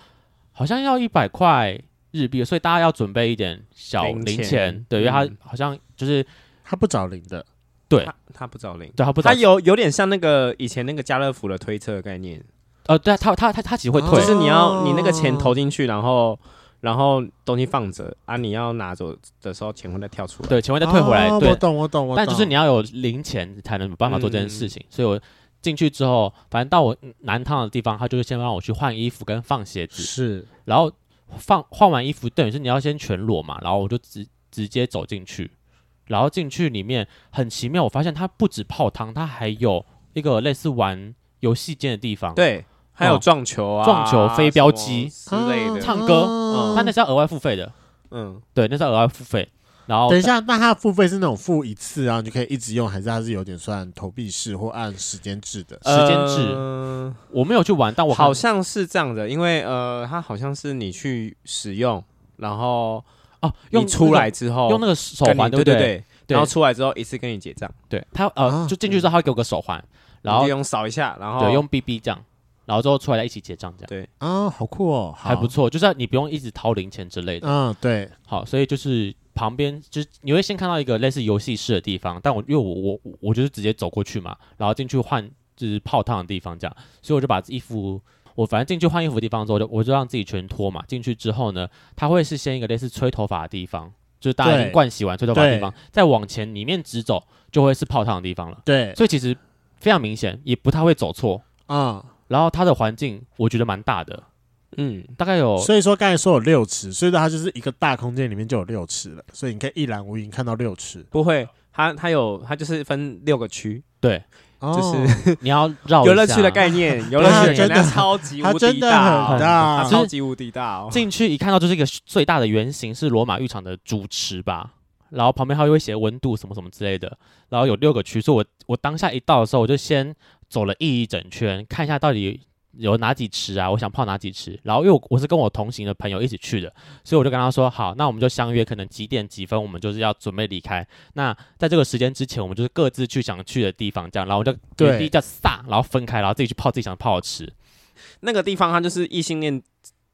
Speaker 1: 好像要一百块日币，所以大家要准备一点小
Speaker 3: 零
Speaker 1: 零
Speaker 3: 钱
Speaker 1: 钱，对，因为
Speaker 3: 嗯
Speaker 1: 他好像就是
Speaker 2: 他不找零的，
Speaker 1: 对
Speaker 3: 他他不找零，
Speaker 1: 对他不找
Speaker 3: 他有有点像那个以前那个家乐福的推车的概念，
Speaker 1: 呃，对啊他他他他只会退，
Speaker 3: 就是你要
Speaker 2: 哦
Speaker 3: 你那个钱投进去，然后然后东西放着啊，你要拿走的时候钱会再跳出来。
Speaker 1: 对，钱会再退回来，
Speaker 3: 啊
Speaker 2: 哦
Speaker 1: 对
Speaker 2: 我，懂，我懂，我懂。
Speaker 1: 但就是你要有零钱才能有办法做这件
Speaker 3: 嗯
Speaker 1: 事情，所以我。进去之后，反正到我南汤的地方，他就是先让我去换衣服跟放鞋子，
Speaker 2: 是
Speaker 1: 然后放换完衣服，等于是你要先全裸嘛，然后我就直直接走进去，然后进去里面很奇妙，我发现它不止泡汤，它还有一个类似玩游戏间的地方，，
Speaker 3: 对，还有
Speaker 1: 哦
Speaker 3: 撞球啊，
Speaker 1: 撞球飞镖机
Speaker 3: 什么之类的。
Speaker 1: 唱歌
Speaker 2: 嗯
Speaker 1: 它那是要额外付费的，
Speaker 3: 嗯，
Speaker 1: 对，那是要额外付费，然后
Speaker 2: 等一下，那它的付费是那种付一次，然后你就可以一直用，还是它是有点算投币式或按时间制的？
Speaker 1: 时间制
Speaker 3: 呃
Speaker 1: 我没有去玩，但我看
Speaker 3: 好像是这样的，因为呃，它好像是你去使用，然后
Speaker 1: 哦，
Speaker 3: 你
Speaker 1: 用
Speaker 3: 出来之后
Speaker 1: 用那个手
Speaker 3: 跟你
Speaker 1: 环，
Speaker 3: 对
Speaker 1: 不
Speaker 3: 对
Speaker 1: 对？对
Speaker 3: 然后出来之后一次跟你结账，
Speaker 1: 对，他
Speaker 2: 啊
Speaker 1: 呃就进去之后，他会给我个手环，然
Speaker 3: 你
Speaker 1: 后
Speaker 3: 就用扫一下，然
Speaker 2: 哦
Speaker 3: 后
Speaker 1: 对用 BB 这样，然后之后出来再一起结账这样。
Speaker 2: 啊，好酷哦，好
Speaker 1: 还不。错，就是你不用一直掏零钱之类的。
Speaker 2: 嗯，对，
Speaker 1: 好，所以就是旁边就是你会先看到一个类似游戏室的地方，但我因为我我我我就是直接走过去嘛，然后进去换就是泡汤的地方这样，所以我就把衣服。我反正进去换衣服的地方之后，我就我就让自己全脱嘛。进去之后呢，它会是先一个类似吹头发的地方，就是大家已
Speaker 2: 对
Speaker 1: 经灌洗完吹头发的地
Speaker 2: 对
Speaker 1: 方，再往前里面直走就会是泡汤的地方了。
Speaker 2: 对，
Speaker 1: 所以其实非常明显，也不太会走错。
Speaker 2: 啊、
Speaker 1: 然后它的环境我觉得蛮大的，
Speaker 3: 嗯，
Speaker 1: 大概有
Speaker 2: 所以说刚才说有六尺，所以说它就是一个大空间里面就有六尺了，所以你可以一览无云看到六尺，
Speaker 3: 不会，它它有它就是分六个区，
Speaker 1: 对，
Speaker 2: 就
Speaker 3: 就是
Speaker 1: 你要绕一
Speaker 3: 游乐
Speaker 1: 下
Speaker 3: 区的概念，游乐区的概念
Speaker 2: 真的
Speaker 3: 它超级
Speaker 2: 它
Speaker 3: 无
Speaker 2: 真
Speaker 3: 敌
Speaker 2: 的
Speaker 3: 大
Speaker 2: 很
Speaker 3: 哦，
Speaker 2: 大，
Speaker 3: 它
Speaker 1: 就是
Speaker 3: 超级无敌大哦，
Speaker 1: 进去一看到就是一个最大的圆形是罗马浴场的主池吧，然后旁边还会写温度什么什么之类的，然后有六个区，所以我我当下一到的时候，我就先走了一整圈，看一下到底有哪几池啊，我想泡哪几池。然后因为我我是跟我同行的朋友一起去的，所以我就跟他说，好，那我们就相约可能几点几分，我们就是要准备离开。那在这个时间之前，我们就是各自去想去的地方，这样，然后我就
Speaker 2: 对
Speaker 1: 原地叫撒，然后分开，然后自己去泡自己想泡的池。
Speaker 3: 那个地方它就是异性恋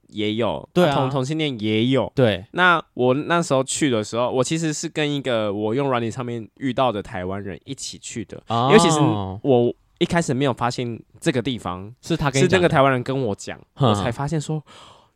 Speaker 3: 也有，
Speaker 1: 对啊
Speaker 3: 同同性恋也有。
Speaker 1: 对，
Speaker 3: 那我那时候去的时候，我其实是跟一个我用软体上面遇到的台湾人一起去的，
Speaker 1: 因
Speaker 3: 因为其实
Speaker 1: 嗯
Speaker 3: 我一开始没有发现这个地方
Speaker 1: 是他跟
Speaker 3: 是
Speaker 1: 你
Speaker 3: 那
Speaker 1: 讲
Speaker 3: 个
Speaker 1: 的
Speaker 3: 台湾人跟我讲，
Speaker 1: 哼
Speaker 3: 我才发现说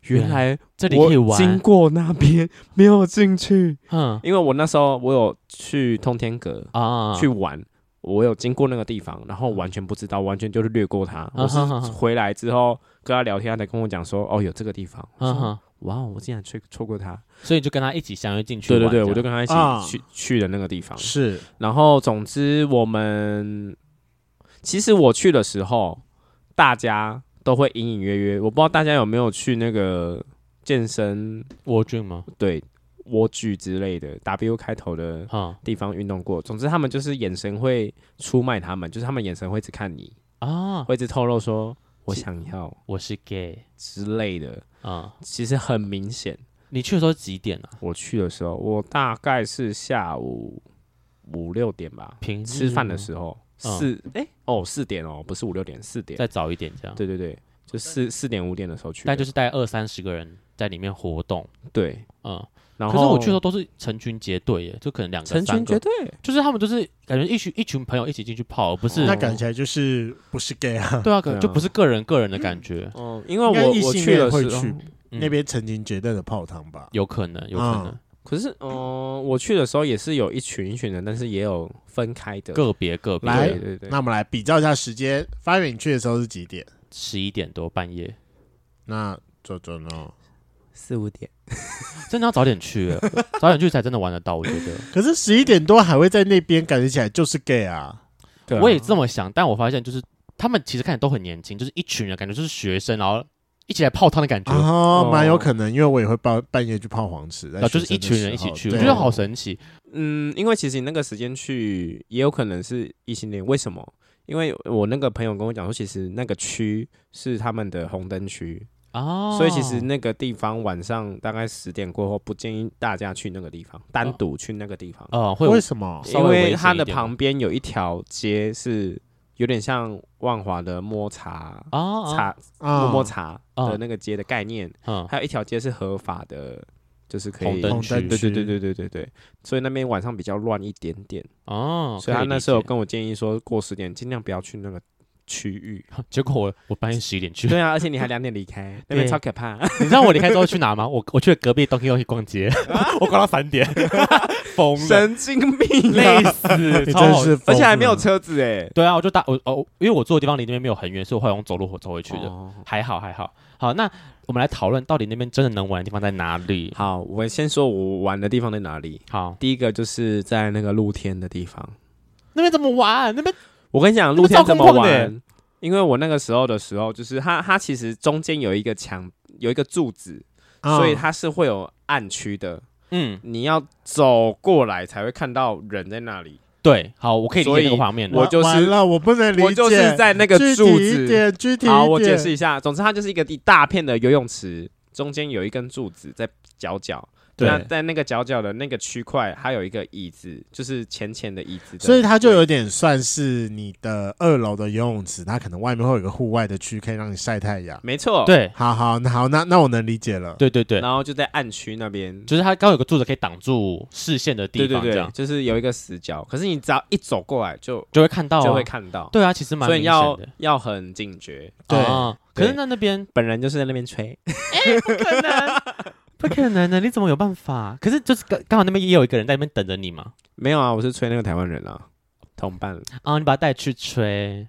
Speaker 3: 原来
Speaker 1: 这里可以
Speaker 3: 我经
Speaker 1: 玩，
Speaker 3: 过那边没有进去，
Speaker 1: 嗯。
Speaker 3: 因为我那时候我有去通天阁
Speaker 1: 啊，
Speaker 3: 去玩，我有经过那个地方，然后完全不知道，完全就是略过它。我
Speaker 1: 嗯
Speaker 3: 是
Speaker 1: 哼哼哼
Speaker 3: 回来之后跟他聊天，他才跟我讲说哦有这个地方，我
Speaker 1: 嗯
Speaker 3: 说
Speaker 1: 哼，
Speaker 3: 哇我竟然错错过它。
Speaker 1: 所以就跟他一起相约进去
Speaker 3: 对
Speaker 1: 玩。
Speaker 3: 对对，我
Speaker 1: 这
Speaker 3: 就
Speaker 1: 样
Speaker 3: 跟他一起
Speaker 2: 啊
Speaker 3: 去、去的那个地方。
Speaker 2: 是
Speaker 3: 然后总之我们其实我去的时候，大家都会隐隐约约，我不知道大家有没有去那个健身
Speaker 1: 蜗苣吗？
Speaker 3: 对蜗居之类的 W 开头的
Speaker 1: 啊
Speaker 3: 地方运动过。总之他们就是眼神会出卖他们，就是他们眼神会一直看你，
Speaker 1: 啊，
Speaker 3: 会一直透露说我想要
Speaker 1: 我是 gay
Speaker 3: 之类的，
Speaker 1: 啊。
Speaker 3: 其实很明显。
Speaker 1: 你去的时候几点啊？
Speaker 3: 我去的时候，我大概是下午五六点吧，
Speaker 1: 平日
Speaker 3: 吃饭的
Speaker 1: 吗
Speaker 3: 时候
Speaker 1: 嗯
Speaker 3: 四哎、哦四点哦，不是五六点，四点
Speaker 1: 再。早一点这样，
Speaker 3: 对对对，就四四点五点的时候去的。
Speaker 1: 但就是带二三十个人在里面活动，
Speaker 3: 对，
Speaker 1: 嗯。
Speaker 3: 然
Speaker 1: 可
Speaker 3: 后
Speaker 1: 是我去的时候都是成群结队耶，就可能两个、
Speaker 3: 成群
Speaker 1: 三
Speaker 3: 结
Speaker 1: 个，
Speaker 3: 队，
Speaker 1: 就是他们就是感觉一群一群朋友一起进去泡，而不是
Speaker 2: 那感觉就是不是 gay 啊，
Speaker 1: 对啊，可能
Speaker 3: 对啊
Speaker 1: 就不是个人个人的感觉，
Speaker 3: 嗯，因为
Speaker 2: 应该
Speaker 3: 我
Speaker 2: 异
Speaker 3: 我
Speaker 2: 性
Speaker 3: 去哦
Speaker 2: 恋
Speaker 3: 的
Speaker 2: 会
Speaker 3: 时候
Speaker 2: 去，
Speaker 1: 嗯
Speaker 2: 那边曾经绝对的泡汤吧。
Speaker 1: 有可能，有可能
Speaker 2: 嗯
Speaker 3: 可是嗯、呃我去的时候也是有一群一群的，但是也有分开的。
Speaker 1: 个别个别
Speaker 2: 来
Speaker 3: 对对对
Speaker 2: 那，我们来比较一下时间，发源你去的时候是几点？
Speaker 1: 十一点多半夜，
Speaker 2: 那左左呢？
Speaker 3: 四五点。
Speaker 1: 真的要早点去耶， 早点去才真的玩得到，我觉得。
Speaker 2: 可是十一点多还会在那边，感觉起来就是 gay 啊。
Speaker 3: 对啊
Speaker 1: 我也这么想，但我发现就是他们其实看起来都很年轻，就是一群人，感觉就是学生，然后一起来泡汤的感觉，然
Speaker 2: 哦
Speaker 3: 哦，
Speaker 2: 蛮有可能，因为我也会半半夜去泡黄池，然
Speaker 1: 后啊就是一群人一起去，我觉得好神奇。
Speaker 3: 嗯，因为其实你那个时间去，也有可能是异性恋。为什么？因为我那个朋友跟我讲说，其实那个区是他们的红灯区，
Speaker 1: 哦，
Speaker 3: 所以其实那个地方晚上大概十点过后，不建议大家去那个地方，单独去那个地方，
Speaker 1: 呃会有
Speaker 2: 为什么？
Speaker 1: 哦稍
Speaker 3: 因
Speaker 1: 微危
Speaker 3: 为
Speaker 1: 险
Speaker 3: 它
Speaker 1: 一
Speaker 3: 的
Speaker 1: 点吗哦
Speaker 3: 旁边有一条街是有点像万华的摸茶
Speaker 1: 哦哦
Speaker 3: 茶
Speaker 2: 啊
Speaker 3: 摸摸茶
Speaker 1: 哦
Speaker 3: 的那个街的概念，
Speaker 1: 嗯
Speaker 3: 还有一条街是合法的，就是可
Speaker 1: 红
Speaker 3: 以。
Speaker 1: 灯
Speaker 2: 红
Speaker 1: 区
Speaker 2: 灯
Speaker 3: 对
Speaker 2: 区
Speaker 3: 对对对对对对，所以那边晚上比较乱一点点，
Speaker 1: 哦，
Speaker 3: 所以
Speaker 1: 可
Speaker 3: 他
Speaker 1: 理
Speaker 3: 那时候
Speaker 1: 解
Speaker 3: 跟我建议说，过十点尽量不要去那个区域。
Speaker 1: 结果我我半夜十一点去，
Speaker 3: 对啊，而且你还两点离 开，那边
Speaker 1: 对
Speaker 3: 超可怕。
Speaker 1: 你知道我离开之后去哪吗？我我去隔壁 Donkey Donkey 逛街， 我逛到三点， 疯了，
Speaker 3: 神经病、
Speaker 1: 累
Speaker 3: 啊，
Speaker 1: 死，
Speaker 2: 你
Speaker 1: 超
Speaker 2: 真
Speaker 1: 好。
Speaker 2: 是疯了，
Speaker 3: 而且还没有车子哎、
Speaker 1: 对啊，我就搭我哦，因为我住的地方离那边没有很远，所以我后来用走路走回去的，
Speaker 3: 哦
Speaker 1: 还好还好。好，那我们来讨论到底那边真的能玩的地方在哪里？
Speaker 3: 好，我先说我玩的地方在哪里。
Speaker 1: 好，
Speaker 3: 第一个就是在那个露天的地方。
Speaker 1: 那边怎么玩？那边
Speaker 3: 我跟你讲，
Speaker 1: 那边
Speaker 3: 露天
Speaker 1: 超
Speaker 3: 怎
Speaker 1: 空
Speaker 3: 么
Speaker 1: 旷的
Speaker 3: 玩？因为我那个时候的时候，就是它它其实中间有一个墙，有一个柱子，
Speaker 2: 啊，
Speaker 3: 所以它是会有暗区的，
Speaker 1: 嗯，
Speaker 3: 你要走过来才会看到人在那里。
Speaker 1: 对，好，我可以理
Speaker 3: 所
Speaker 1: 解
Speaker 3: 以
Speaker 1: 那个画面了。
Speaker 3: 我就
Speaker 2: 嗯
Speaker 3: 是
Speaker 2: 完了，我不能理解，
Speaker 3: 我就是在那个
Speaker 2: 具体
Speaker 3: 柱
Speaker 2: 一
Speaker 3: 子。
Speaker 2: 点，具体一点，
Speaker 3: 好，我解释一下，总之它就是一个一大片的游泳池，中间有一根柱子在角角。
Speaker 2: 对
Speaker 3: 那在那个角角的那个区块，它有一个椅子，就是浅浅的椅子的
Speaker 2: 所以它就有点算是你的二楼的游泳池，它可能外面会有一个户外的区，可以让你晒太阳。
Speaker 3: 没错。，
Speaker 1: 对
Speaker 2: 好好，那好，那那我能理解了。
Speaker 1: 对对对，
Speaker 3: 然后就在暗区那边，
Speaker 1: 就是它刚好有个柱子可以挡住视线的地
Speaker 3: 对对
Speaker 1: 方，这
Speaker 3: 对
Speaker 1: 样，
Speaker 3: 就是有一个死角。可是你只要一走过来就，
Speaker 1: 就会看到
Speaker 3: 就
Speaker 1: 啊，
Speaker 3: 会看到，
Speaker 1: 对啊，其实蛮
Speaker 3: 所以
Speaker 1: 明显
Speaker 3: 要
Speaker 1: 的。
Speaker 3: 要很警觉。
Speaker 2: 对
Speaker 1: 啊可是
Speaker 3: 对
Speaker 1: 那那边
Speaker 3: 本人就是在那边吹，
Speaker 1: 可能，不可能的，你怎么有办法？可是就是刚刚好那边也有一个人在那边等着你嘛，
Speaker 3: 没有啊，我是吹那个台湾人啊，同伴。
Speaker 1: 啊，你把他带去吹，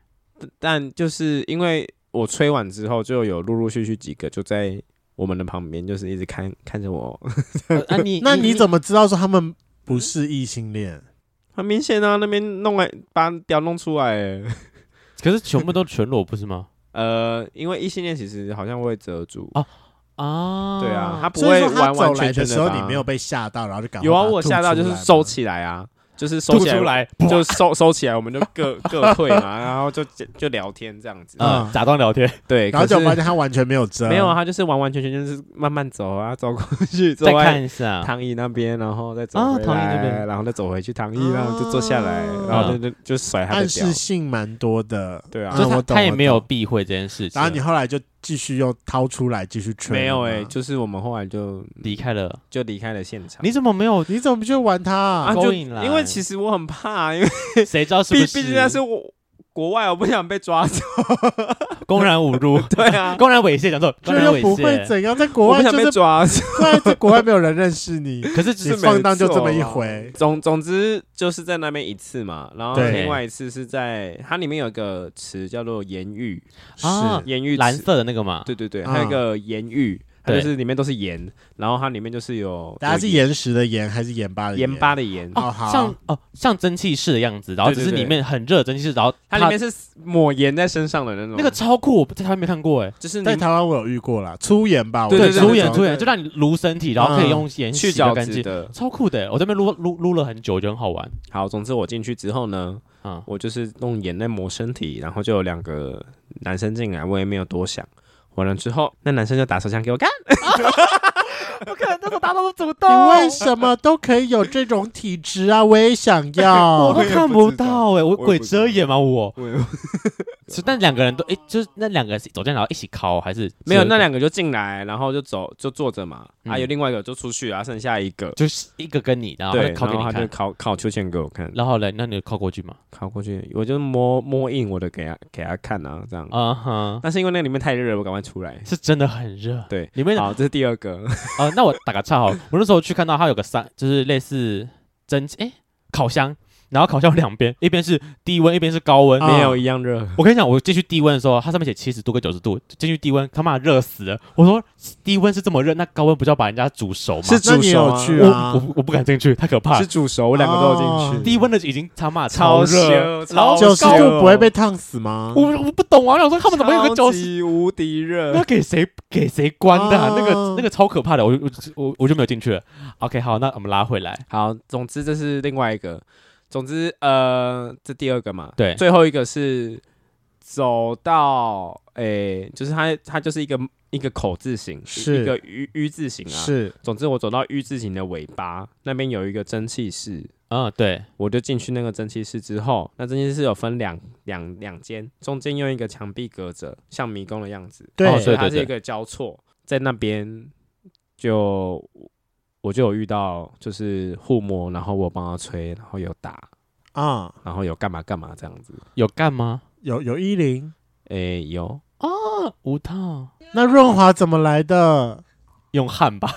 Speaker 3: 但就是因为我吹完之后，就有陆陆续续几个就在我们的旁边，就是一直看看着我。
Speaker 1: 呃啊你
Speaker 2: 那你
Speaker 1: 么
Speaker 2: 怎么知道说他们不是异性恋？
Speaker 3: 很明显啊，那边弄来把屌弄出来欸。
Speaker 1: 可是全部都全裸不是吗？
Speaker 3: 呃，因为异性恋其实好像会遮住，
Speaker 1: 哦啊，
Speaker 3: 对啊，他不
Speaker 2: 哦所以
Speaker 3: 会
Speaker 2: 说他
Speaker 3: 完
Speaker 2: 走
Speaker 3: 完
Speaker 2: 来
Speaker 3: 全全
Speaker 2: 的
Speaker 3: 地
Speaker 2: 时候，
Speaker 3: 把
Speaker 2: 你没有被吓到，然后就赶快
Speaker 3: 有啊，
Speaker 2: 把它
Speaker 3: 我
Speaker 2: 吐
Speaker 3: 吓到
Speaker 2: 出
Speaker 3: 就是
Speaker 2: 来
Speaker 3: 收
Speaker 2: 嘛
Speaker 3: 起来啊，就是收
Speaker 1: 吐
Speaker 3: 起来
Speaker 1: 出，来，
Speaker 3: 就收收起来，我们就各各退嘛，然后就就聊天这样子。
Speaker 2: 嗯
Speaker 1: 呃，假装聊天，
Speaker 3: 对，
Speaker 2: 然后
Speaker 3: 可是
Speaker 2: 就发现他完全没有遮，
Speaker 3: 没有啊，，他就是完完全全就是慢慢走啊，走过去，走
Speaker 1: 再
Speaker 3: 完
Speaker 1: 看一下，
Speaker 3: 躺椅那边，然后再走
Speaker 1: 啊
Speaker 3: 回
Speaker 1: 躺椅那边
Speaker 3: 来，然后再走回去躺椅，然后就坐下来，
Speaker 2: 啊
Speaker 3: 然后就就就甩他的
Speaker 2: 暗
Speaker 3: 脚
Speaker 2: 示。性蛮多的。
Speaker 3: 对啊
Speaker 1: 就
Speaker 2: 嗯
Speaker 1: 是他
Speaker 2: 我懂
Speaker 1: 他也
Speaker 2: 我
Speaker 1: 没有
Speaker 2: 懂
Speaker 1: 避讳这件事情，
Speaker 2: 然后你后来就继续又掏出来继续吹了吗，
Speaker 3: 没有哎，就是我们后来就
Speaker 1: 离开 了，
Speaker 3: 就离开了现场。
Speaker 1: 你怎么没有？
Speaker 2: 你怎么不去玩他
Speaker 3: 啊，
Speaker 2: 啊？
Speaker 3: 就
Speaker 1: 勾引啦
Speaker 3: 因为其实我很怕啊，因为
Speaker 1: 谁知道是不
Speaker 3: 毕
Speaker 1: 是？
Speaker 3: 毕竟那是我国外，我不想被抓走。
Speaker 1: 公然侮辱，
Speaker 3: 对啊，
Speaker 1: 公然猥亵，讲错，公
Speaker 2: 这
Speaker 1: 然
Speaker 2: 又
Speaker 1: 猥
Speaker 2: 不会
Speaker 1: 亵，
Speaker 2: 怎样，在国
Speaker 3: 欸
Speaker 2: 外
Speaker 3: 我不
Speaker 2: 就
Speaker 3: 想被
Speaker 2: 是
Speaker 3: 抓走。
Speaker 2: 对，在国外没有人认识 你，
Speaker 1: 可是只
Speaker 2: 你
Speaker 1: 是
Speaker 3: 没
Speaker 2: 放荡就
Speaker 3: 错
Speaker 2: 这么一
Speaker 3: 啊
Speaker 2: 回。
Speaker 3: 总总之就是在那边一次嘛，然后
Speaker 2: 对
Speaker 3: 另外一次是在它里面有一个池叫做盐浴，
Speaker 1: 啊
Speaker 2: 是
Speaker 3: 盐浴池
Speaker 1: 蓝色的那个嘛，
Speaker 3: 对对对，
Speaker 2: 嗯
Speaker 3: 还有一个盐浴，它
Speaker 1: 对
Speaker 3: 就是里面都是盐，然后它里面就是有，
Speaker 2: 大家是岩石的岩还是盐巴的
Speaker 3: 盐巴的盐，
Speaker 2: 哦
Speaker 1: 哦，
Speaker 2: 好
Speaker 1: 像哦像蒸汽室的样子，然后
Speaker 3: 对
Speaker 1: 只
Speaker 3: 对
Speaker 1: 是里
Speaker 3: 对
Speaker 1: 面很热的蒸汽室，然后
Speaker 3: 它里面是抹盐在身上的那种，
Speaker 1: 那个超酷，我在台湾没看过哎，
Speaker 3: 就是
Speaker 2: 在
Speaker 3: 你
Speaker 2: 台湾我有遇过啦，粗盐吧，我
Speaker 3: 对
Speaker 2: 记
Speaker 1: 对，
Speaker 2: 得
Speaker 3: 对
Speaker 1: 粗盐
Speaker 2: 那
Speaker 1: 粗
Speaker 2: 种
Speaker 1: 盐就让你撸身体，然后可以用盐
Speaker 3: 去
Speaker 1: 洗
Speaker 3: 角
Speaker 1: 得干
Speaker 3: 质
Speaker 1: 净，
Speaker 3: 的。
Speaker 1: 超酷的欸。我在那边撸撸撸了很久，我觉得很好玩
Speaker 3: 好，总之我进去之后呢，
Speaker 1: 啊。
Speaker 3: 我就是用盐在抹身体，然后就有两个男生进来，我也没有多想。完了之后，那男生就打手枪给
Speaker 1: 嗯
Speaker 3: 我干，
Speaker 1: 不可能，那种大家都主
Speaker 2: 你为什么都可以有这种体质啊？ 我也想
Speaker 1: 我
Speaker 2: 要
Speaker 1: 都。看哦不到哎，我
Speaker 3: 不
Speaker 1: 鬼
Speaker 3: 知
Speaker 1: 遮眼吗？我，
Speaker 3: 我
Speaker 1: 是但两个人都哎，就是那两个人走进来然后一起烤还是
Speaker 3: 没有，那
Speaker 1: 两
Speaker 3: 两个就进来，然后就走，就坐着嘛。
Speaker 1: 嗯
Speaker 3: 啊，有另外一个就出去啊，剩下一个，
Speaker 1: 就是一个跟你，然后
Speaker 3: 对，
Speaker 1: 烤
Speaker 3: 然
Speaker 1: 给
Speaker 3: 后
Speaker 1: 你
Speaker 3: 他就
Speaker 1: 看，
Speaker 3: 烤烤秋千给我看，
Speaker 1: 然后嘞，那你有靠过去吗？
Speaker 3: 烤过去，我就摸摸硬我的给他给他看啊，这样。
Speaker 1: 啊哈，
Speaker 3: 但是因为那里面太热了，我赶快出来。
Speaker 1: 是真的很热。
Speaker 3: 对，
Speaker 1: 里面
Speaker 3: 好， 这是第二个，
Speaker 1: 哦，那我打个 岔好了，我那时候去看到它有个三，就是类似蒸汽，哎、烤箱，然后烤箱有两边，一边是低温，一边是高温。
Speaker 2: 啊
Speaker 3: 没有一样热。
Speaker 1: 我跟你讲，我进去低温的时候，它上面写七十度跟九十度，进去低温他妈热死了。我说低温是这么热，那高温不就要把人家煮熟吗？
Speaker 3: 是
Speaker 2: 那
Speaker 3: 煮
Speaker 2: 你
Speaker 3: 熟
Speaker 2: 有
Speaker 3: 啊
Speaker 2: 去
Speaker 1: 我
Speaker 2: 啊？
Speaker 1: 我我不敢进去，太可怕
Speaker 3: 是
Speaker 1: 了。
Speaker 3: 煮熟，我两个都有进
Speaker 2: 哦
Speaker 3: 去。
Speaker 1: 低温的已经他妈
Speaker 3: 超
Speaker 1: 热，
Speaker 3: 热，
Speaker 1: 然后
Speaker 2: 九
Speaker 1: 我
Speaker 2: 十
Speaker 1: 高
Speaker 3: 哦
Speaker 2: 度不会被烫死吗？
Speaker 1: 我我不懂啊，我想说他
Speaker 3: 他
Speaker 1: 们怎么有个九十？
Speaker 3: 无敌热
Speaker 1: 那？给谁给谁关的啊、那
Speaker 2: 啊
Speaker 1: 个那个超可怕的，我就我就我我就没有进去了。OK，好，那我们拉回来。
Speaker 3: 好，总之这是另外一个，总之呃，这第二个嘛，
Speaker 1: 对
Speaker 3: 最后一个是走到诶、就是它它就是一个一个口字形，
Speaker 2: 是
Speaker 3: 一个 U U 字形啊。
Speaker 2: 是
Speaker 3: 总之，我走到 U 字形的尾巴那边有一个蒸汽室，
Speaker 1: 嗯，对，
Speaker 3: 我就进去那个蒸汽室之后，那蒸汽室有分两两两间，中间用一个墙壁隔着，像迷宫的样子。
Speaker 2: 对
Speaker 1: 哦
Speaker 3: 所以它
Speaker 1: 对对
Speaker 3: 是一个交错，在那边就我就有遇到就是护魔，然后我帮他吹，然后有打，
Speaker 2: 啊，
Speaker 3: 然后有干嘛干嘛这样子。
Speaker 1: 有干吗？
Speaker 2: 有有一零，
Speaker 3: 诶、有
Speaker 1: 啊，五套
Speaker 2: 那润滑怎么来的？
Speaker 1: 用汉吧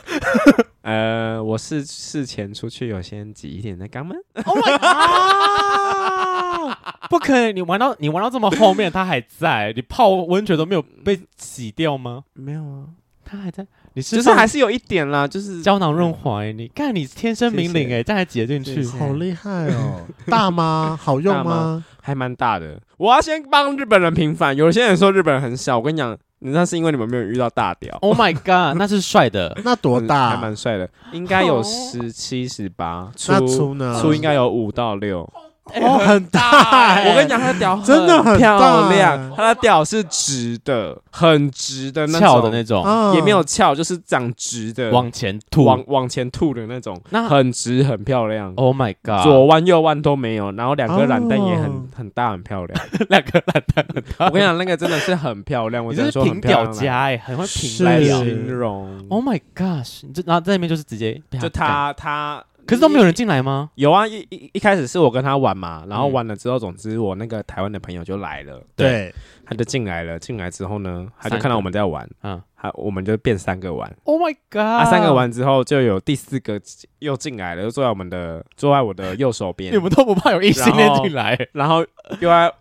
Speaker 3: 呃，我是事前出去有先挤一点的肛门，
Speaker 1: ？Oh my god！不 可能，你玩到你玩到这么后面，他还在，你泡温泉都没有被洗掉吗？
Speaker 3: 没有啊，
Speaker 1: 他还在，你是
Speaker 3: 就是
Speaker 1: 放
Speaker 3: 还是有一点啦，就是
Speaker 1: 胶囊润滑、欸，你看你天生明
Speaker 3: 谢
Speaker 1: 伶
Speaker 3: 谢
Speaker 1: 哎、这样还挤得进去
Speaker 3: 谢，谢
Speaker 2: 好厉害哦！ 大吗？好用
Speaker 3: 大
Speaker 2: 吗
Speaker 3: 吗？还蛮大的。我要先帮日本人平反，有些人说日本人很小，我跟你讲，那是因为你们没有遇到大屌。
Speaker 1: Oh my god，那是帅的，
Speaker 2: 那多
Speaker 3: 嗯还
Speaker 2: 大？
Speaker 3: 蛮帅的，应该有
Speaker 1: 哦
Speaker 3: 十七、十八，
Speaker 2: 那
Speaker 3: 粗
Speaker 2: 粗呢？
Speaker 1: 嗯
Speaker 3: 粗应该有五到六。
Speaker 2: 哦，很大
Speaker 1: 哎
Speaker 2: 欸。
Speaker 3: 我跟你讲，他的屌
Speaker 2: 真的很
Speaker 3: 漂
Speaker 2: 大
Speaker 3: 亮，他的屌是直的，很直的那
Speaker 1: 翘的
Speaker 3: 种
Speaker 1: 那种，
Speaker 2: 啊
Speaker 3: 也没有翘，就是长直的，
Speaker 1: 往前吐。啊
Speaker 3: 往往前吐的那种，
Speaker 1: 那
Speaker 3: 很直很漂亮。
Speaker 1: Oh my god，
Speaker 3: 左弯右弯都没有，然后两个懒蛋也
Speaker 2: 哦
Speaker 3: 很很大，很漂亮。
Speaker 1: 两个烂蛋，
Speaker 3: 我跟你讲，那个真的是很漂亮，我
Speaker 1: 你
Speaker 3: 只能
Speaker 1: 这是
Speaker 3: 说很
Speaker 1: 平
Speaker 3: 漂
Speaker 1: 屌
Speaker 3: 亮啊
Speaker 1: 家哎、很会平
Speaker 2: 是哦
Speaker 3: 来
Speaker 1: 来
Speaker 2: 屌
Speaker 1: 屌。
Speaker 3: 形容。
Speaker 1: Oh my gosh，你这然后在那边就是直接被
Speaker 3: 就
Speaker 1: 干，
Speaker 3: 他他，
Speaker 1: 可是都没有人进来吗？
Speaker 3: 有啊，一一一开始是我跟他玩嘛，然后
Speaker 1: 嗯
Speaker 3: 玩了之后，总之我那个台湾的朋友就来了，
Speaker 2: 对
Speaker 3: 他就进来了。进来之后呢，他就
Speaker 1: 三个
Speaker 3: 看到我们在玩，
Speaker 1: 嗯
Speaker 3: 他我们就变三个玩。
Speaker 1: ，Oh my god，
Speaker 3: 啊，三个，完之后就有第四个又进来了，就坐在我们的坐在我的右手边
Speaker 1: 你，们都不怕有异性恋进来、
Speaker 3: 然后又在，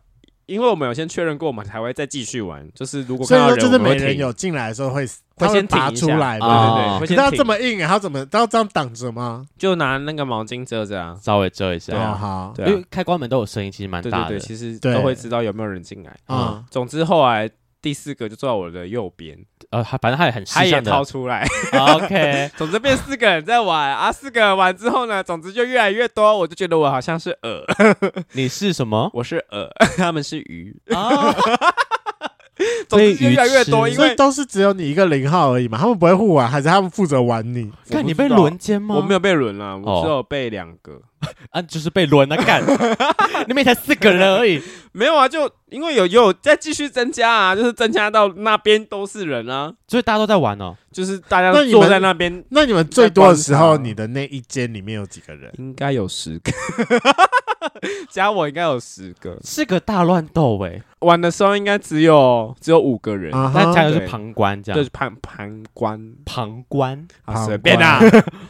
Speaker 3: 因为我们有先确认过，我们才会再继续玩。就是如果
Speaker 2: 所
Speaker 3: 看
Speaker 2: 以
Speaker 3: 到
Speaker 2: 说
Speaker 3: 人，
Speaker 2: 就是
Speaker 3: 我们
Speaker 2: 每
Speaker 3: 会
Speaker 2: 人
Speaker 3: 停
Speaker 2: 有进来的时候会，他
Speaker 3: 会
Speaker 2: 会
Speaker 3: 先停
Speaker 2: 拔
Speaker 3: 一
Speaker 2: 出
Speaker 3: 下
Speaker 2: 来
Speaker 1: 啊
Speaker 2: 嘛？
Speaker 3: 对对对，
Speaker 1: 哦
Speaker 3: 会
Speaker 2: 可
Speaker 3: 先
Speaker 2: 是他
Speaker 3: 停
Speaker 2: 这么硬，他怎么他要这样挡着吗？
Speaker 3: 就拿那个毛巾遮着啊，
Speaker 1: 稍微遮一下，
Speaker 3: 对啊
Speaker 2: 哦好，
Speaker 3: 对
Speaker 1: 因
Speaker 3: 啊
Speaker 1: 为，开关门都有声音，其实蛮
Speaker 3: 对
Speaker 1: 大的。
Speaker 3: 对对，其实
Speaker 2: 对
Speaker 3: 都会知道有没有人进来。
Speaker 2: 啊，
Speaker 3: 总之后来第四个就坐在我的右边，
Speaker 1: 呃，他反正他也很
Speaker 3: 他
Speaker 1: 识
Speaker 3: 也
Speaker 1: 相的。
Speaker 3: 掏出来，
Speaker 1: OK，
Speaker 3: 总之变四个人在玩啊，四个人玩之后呢，总之就越来越多，我就觉得我好像是饵，
Speaker 1: 你是什么？
Speaker 3: 我是饵， 他们是鱼，哦
Speaker 1: 啊，
Speaker 3: 总
Speaker 1: 被
Speaker 3: 之就
Speaker 1: 鱼
Speaker 3: 越来越
Speaker 1: 吃
Speaker 3: 多，因
Speaker 2: 所以
Speaker 3: 为
Speaker 2: 都是只有你一个零号而已嘛？他们不会互玩，还是他们负责玩 你？
Speaker 1: 看
Speaker 3: 不
Speaker 1: 你
Speaker 3: 知
Speaker 1: 被
Speaker 3: 道
Speaker 1: 轮奸吗？
Speaker 3: 我没有被轮了，
Speaker 1: 哦
Speaker 3: 我只有被两个，
Speaker 1: 啊，就是被轮啊 干，你们也才四个人而已。
Speaker 3: 没有啊，就因为有有再继续增加啊，就是增加到那边都是人啊，
Speaker 1: 所以大家都在玩哦。
Speaker 3: 就是大家
Speaker 2: 那你们
Speaker 3: 坐在那边。
Speaker 2: 那你们最多的时候，
Speaker 3: 在观察
Speaker 2: 你的那一间里面有几个人？
Speaker 3: 应该有十个， 加我应该有十个。
Speaker 1: 是个大乱斗哎、
Speaker 3: 玩的时候应该只有只有五个人，
Speaker 2: 啊
Speaker 1: 但加
Speaker 2: 哈，
Speaker 1: 油是
Speaker 3: 对
Speaker 1: 旁观这
Speaker 3: 就
Speaker 1: 样
Speaker 3: 是，旁旁观
Speaker 1: 旁观，
Speaker 2: 旁
Speaker 3: 啊，随便啊。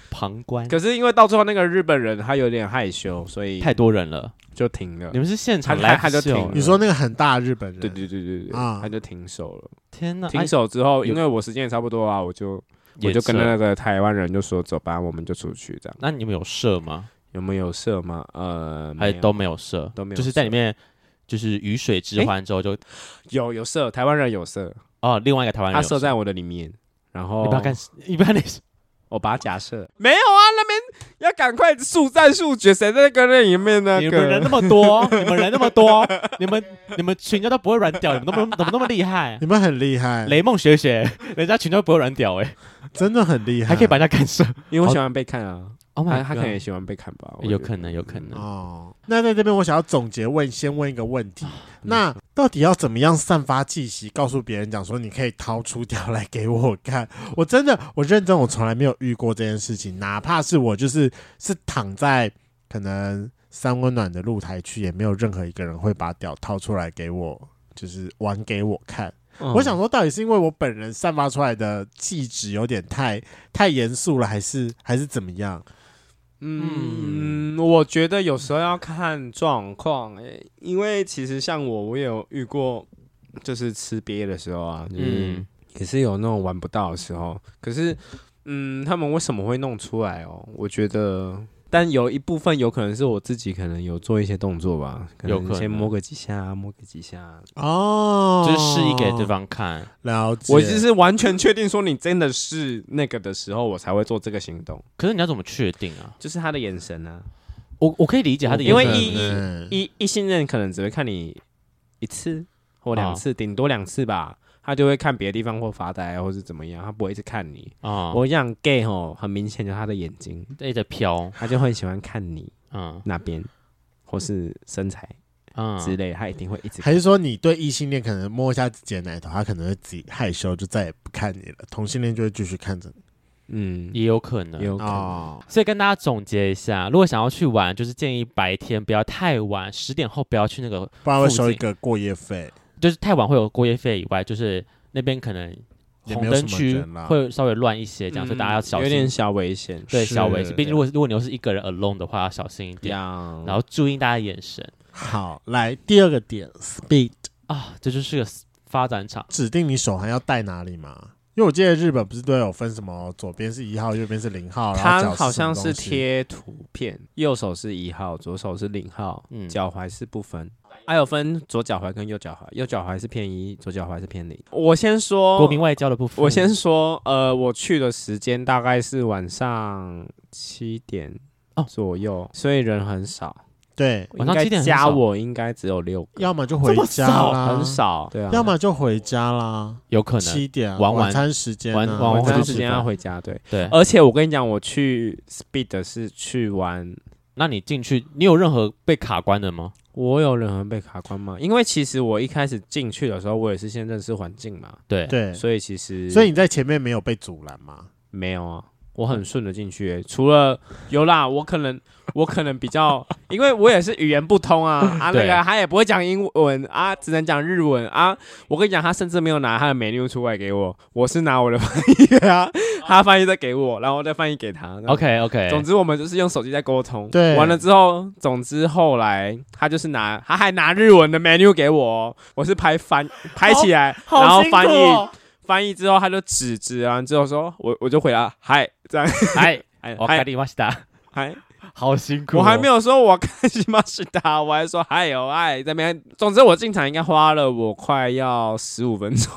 Speaker 1: 旁观，
Speaker 3: 可是因为到最后那个日本人他有点害羞，所以
Speaker 1: 太多人了。
Speaker 3: 就停了
Speaker 1: 你。们是现场
Speaker 3: 他
Speaker 1: 来
Speaker 3: 他就停
Speaker 2: 你说那个很大的日本人，
Speaker 3: 对对对对对，
Speaker 2: 啊
Speaker 3: 他就停手了。
Speaker 1: 天哪，
Speaker 3: 停
Speaker 1: 哎
Speaker 3: 手之后，
Speaker 1: 有
Speaker 3: 因为我时间也差不多啊，我就我
Speaker 1: 哎也
Speaker 3: 就跟
Speaker 1: 射
Speaker 3: 那个台湾人就说走吧，我们就出去这样。
Speaker 1: 那你们有射吗？
Speaker 3: 有没有射吗？呃，
Speaker 1: 还
Speaker 3: 没
Speaker 1: 是
Speaker 3: 有
Speaker 1: 哎都没有射？
Speaker 3: 都没有
Speaker 1: 就是在
Speaker 3: 射
Speaker 1: 里面就是鱼水之
Speaker 3: 诶
Speaker 1: 欢之后就
Speaker 3: 有有射，台湾人有射，
Speaker 1: 哦，另外一个台湾人
Speaker 3: 他
Speaker 1: 有
Speaker 3: 射在哦我的里面，然后
Speaker 1: 你不要干，你不要那
Speaker 3: 我把他假设没有啊，那边要赶快速战速决，谁在跟那里面那
Speaker 1: 你们人那么 多，你们人那么多，你们你们群交都不会软屌，你们那么怎么那么厉害？
Speaker 2: 你们很厉害，
Speaker 1: 雷梦学学，人家群交不会软屌哎，
Speaker 2: 真的很厉害，
Speaker 1: 还可以把人家干射。
Speaker 3: 因为我喜欢被看啊，
Speaker 1: Oh
Speaker 3: 他
Speaker 1: my
Speaker 3: 他
Speaker 1: god，
Speaker 3: 可能也喜欢被看吧，我
Speaker 1: 欸有
Speaker 3: 觉得
Speaker 1: 可能，有可能。
Speaker 2: 哦。那在这边，我想要总结问，先问一个问
Speaker 1: 啊
Speaker 2: 题：
Speaker 1: 嗯
Speaker 2: 那到底要怎么样散发气息，告诉别人讲说你可以掏出掉来给我看？ 我真的，我认真，我从来没有遇过这件事情，哪怕是我就是是躺在可能三温暖的露台区，也没有任何一个人会把屌掏出来给我，就是玩给我看。
Speaker 3: 嗯
Speaker 2: 我想说，到底是因为我本人散发出来的气质有点太太严肃了，还是还是怎么样？
Speaker 3: 嗯，我觉得有时候要看状况，诶因为其实像我，我也有遇过，就是吃瘪的时候啊，嗯
Speaker 1: 嗯，，
Speaker 3: 也是有那种玩不到的时候，可是，嗯，他们为什么会弄出来哦？我觉得。但有一部分有可能是我自己可能有做一些动作吧，可
Speaker 1: 有
Speaker 3: 能
Speaker 1: 可
Speaker 3: 先
Speaker 1: 能
Speaker 3: 摸个几下，摸个几下，
Speaker 2: 哦
Speaker 1: 就是示意给对方看。
Speaker 2: 了解，
Speaker 3: 我就是完全确定说你真的是那个的时候，我才会做这个行动，
Speaker 1: 可是你要怎么确定啊？
Speaker 3: 就是他的眼神啊。
Speaker 1: 我我可以理解他的眼
Speaker 3: 因为
Speaker 1: 神
Speaker 3: 一
Speaker 2: 嗯
Speaker 3: 异异性恋可能只会看你一次，或两
Speaker 1: 哦
Speaker 3: 次，顶多两次吧，他就会看别的地方或发呆，啊或是怎么样，他不会一直看你。
Speaker 1: 啊，
Speaker 3: 我讲 gay 吼，很明显就是他的眼睛，
Speaker 1: 对着飘，
Speaker 3: 他就会喜欢看你
Speaker 1: 嗯
Speaker 3: 那边，或是身材之
Speaker 1: 嗯，
Speaker 3: 类，他一定会 一直看。
Speaker 2: 还是说你对异性恋可能摸一下自己的奶头，他可能会自己害羞，就再也不看你了；同性恋就会继续看着你。
Speaker 3: 嗯，
Speaker 1: 也有可能
Speaker 3: 也。有可能。
Speaker 2: 哦，
Speaker 1: 所以跟大家总结一下，如果想要去玩，就是建议白天不要太晚，十点后不要去那个，
Speaker 2: 不然会收一个过夜费，
Speaker 1: 就是太晚会有过夜费以外，就是那边可能
Speaker 2: 也
Speaker 1: 红
Speaker 2: 没有
Speaker 1: 灯
Speaker 2: 什么
Speaker 1: 区
Speaker 2: 人啦
Speaker 1: 会稍微乱一些，这样、所以大家要小
Speaker 3: 嗯有点
Speaker 1: 心。
Speaker 3: 小危险。
Speaker 1: 对，
Speaker 2: 是
Speaker 1: 小危险。毕竟
Speaker 2: 对
Speaker 1: 如果如果你又是一个人 alone 的话，要小心一点，
Speaker 3: 呀，
Speaker 1: 然后注意大家的眼神
Speaker 2: 好，来第二个点，speed，
Speaker 1: 啊，这就是个 s- 发展场。
Speaker 2: 指定你手环要戴哪里吗？因为我记得日本不是都有分什么，左边是一号，右边是零号，然后
Speaker 3: 它
Speaker 2: 脚
Speaker 3: 好像
Speaker 2: 什么东
Speaker 3: 是
Speaker 2: 西，
Speaker 3: 贴图片，右手是一号，左手是零号，
Speaker 1: 嗯
Speaker 3: 脚踝是不分，还有分左脚踝跟右脚踝，右脚踝是偏一，左脚踝是偏零。我先说
Speaker 1: 国民外交的部分，
Speaker 3: 我先说，呃，我去的时间大概是晚上七点
Speaker 1: 哦
Speaker 3: 左右，所以人很少。
Speaker 2: 对，
Speaker 1: 晚上7点
Speaker 3: 应该
Speaker 1: 很
Speaker 3: 加
Speaker 1: 少
Speaker 3: 我应该只有六个，
Speaker 2: 要么就回家啦，
Speaker 3: 很少，对啊，
Speaker 2: 要么就回家啦，
Speaker 1: 有可能
Speaker 2: 七点啊
Speaker 1: 玩完
Speaker 2: 晚餐时间啊，
Speaker 1: 玩玩
Speaker 3: 晚
Speaker 1: 完回
Speaker 3: 餐
Speaker 1: 去
Speaker 3: 时
Speaker 1: 吃
Speaker 3: 间要
Speaker 1: 饭
Speaker 3: 回家，对。
Speaker 1: 对。
Speaker 3: 而且我跟你讲，我去 Speed 的是去玩
Speaker 1: 那你进去，你有任何被卡关的吗？
Speaker 3: 我有任何被卡关吗？因为其实我一开始进去的时候，我也是先认识环境嘛，
Speaker 1: 对，
Speaker 2: 对，
Speaker 3: 所以其实
Speaker 2: 所以你在前面没有被阻拦吗？
Speaker 3: 没有啊，我很顺的进去耶、除了有啦，我可能我可能比较，因为我也是语言不通啊，啊那
Speaker 1: 对
Speaker 3: 个他也不会讲英文啊，只能讲日文啊。我跟你讲，他甚至没有拿他的 menu 出来给我，我是拿我的翻译 啊，他翻译再给我，然后我再翻译给他。
Speaker 1: OK OK，
Speaker 3: 总之，我们就是用手机在沟通。
Speaker 2: 对
Speaker 3: 完了之后，总之后来他就是拿，他还拿日文的 menu 给我哦，我是拍翻拍起来，然后
Speaker 1: 哦
Speaker 3: 翻译、翻译之后，他就指指完之后说，我我就回答嗨这样，
Speaker 1: 哎，
Speaker 3: 嗨
Speaker 1: 我卡
Speaker 3: 嗨
Speaker 1: 里瓦西达，
Speaker 3: 嗨，
Speaker 1: 好辛苦哦，
Speaker 3: 我还没有说我看西马西达，我还说嗨哦嗨这边。总之我进场应该花了我快要十五分钟，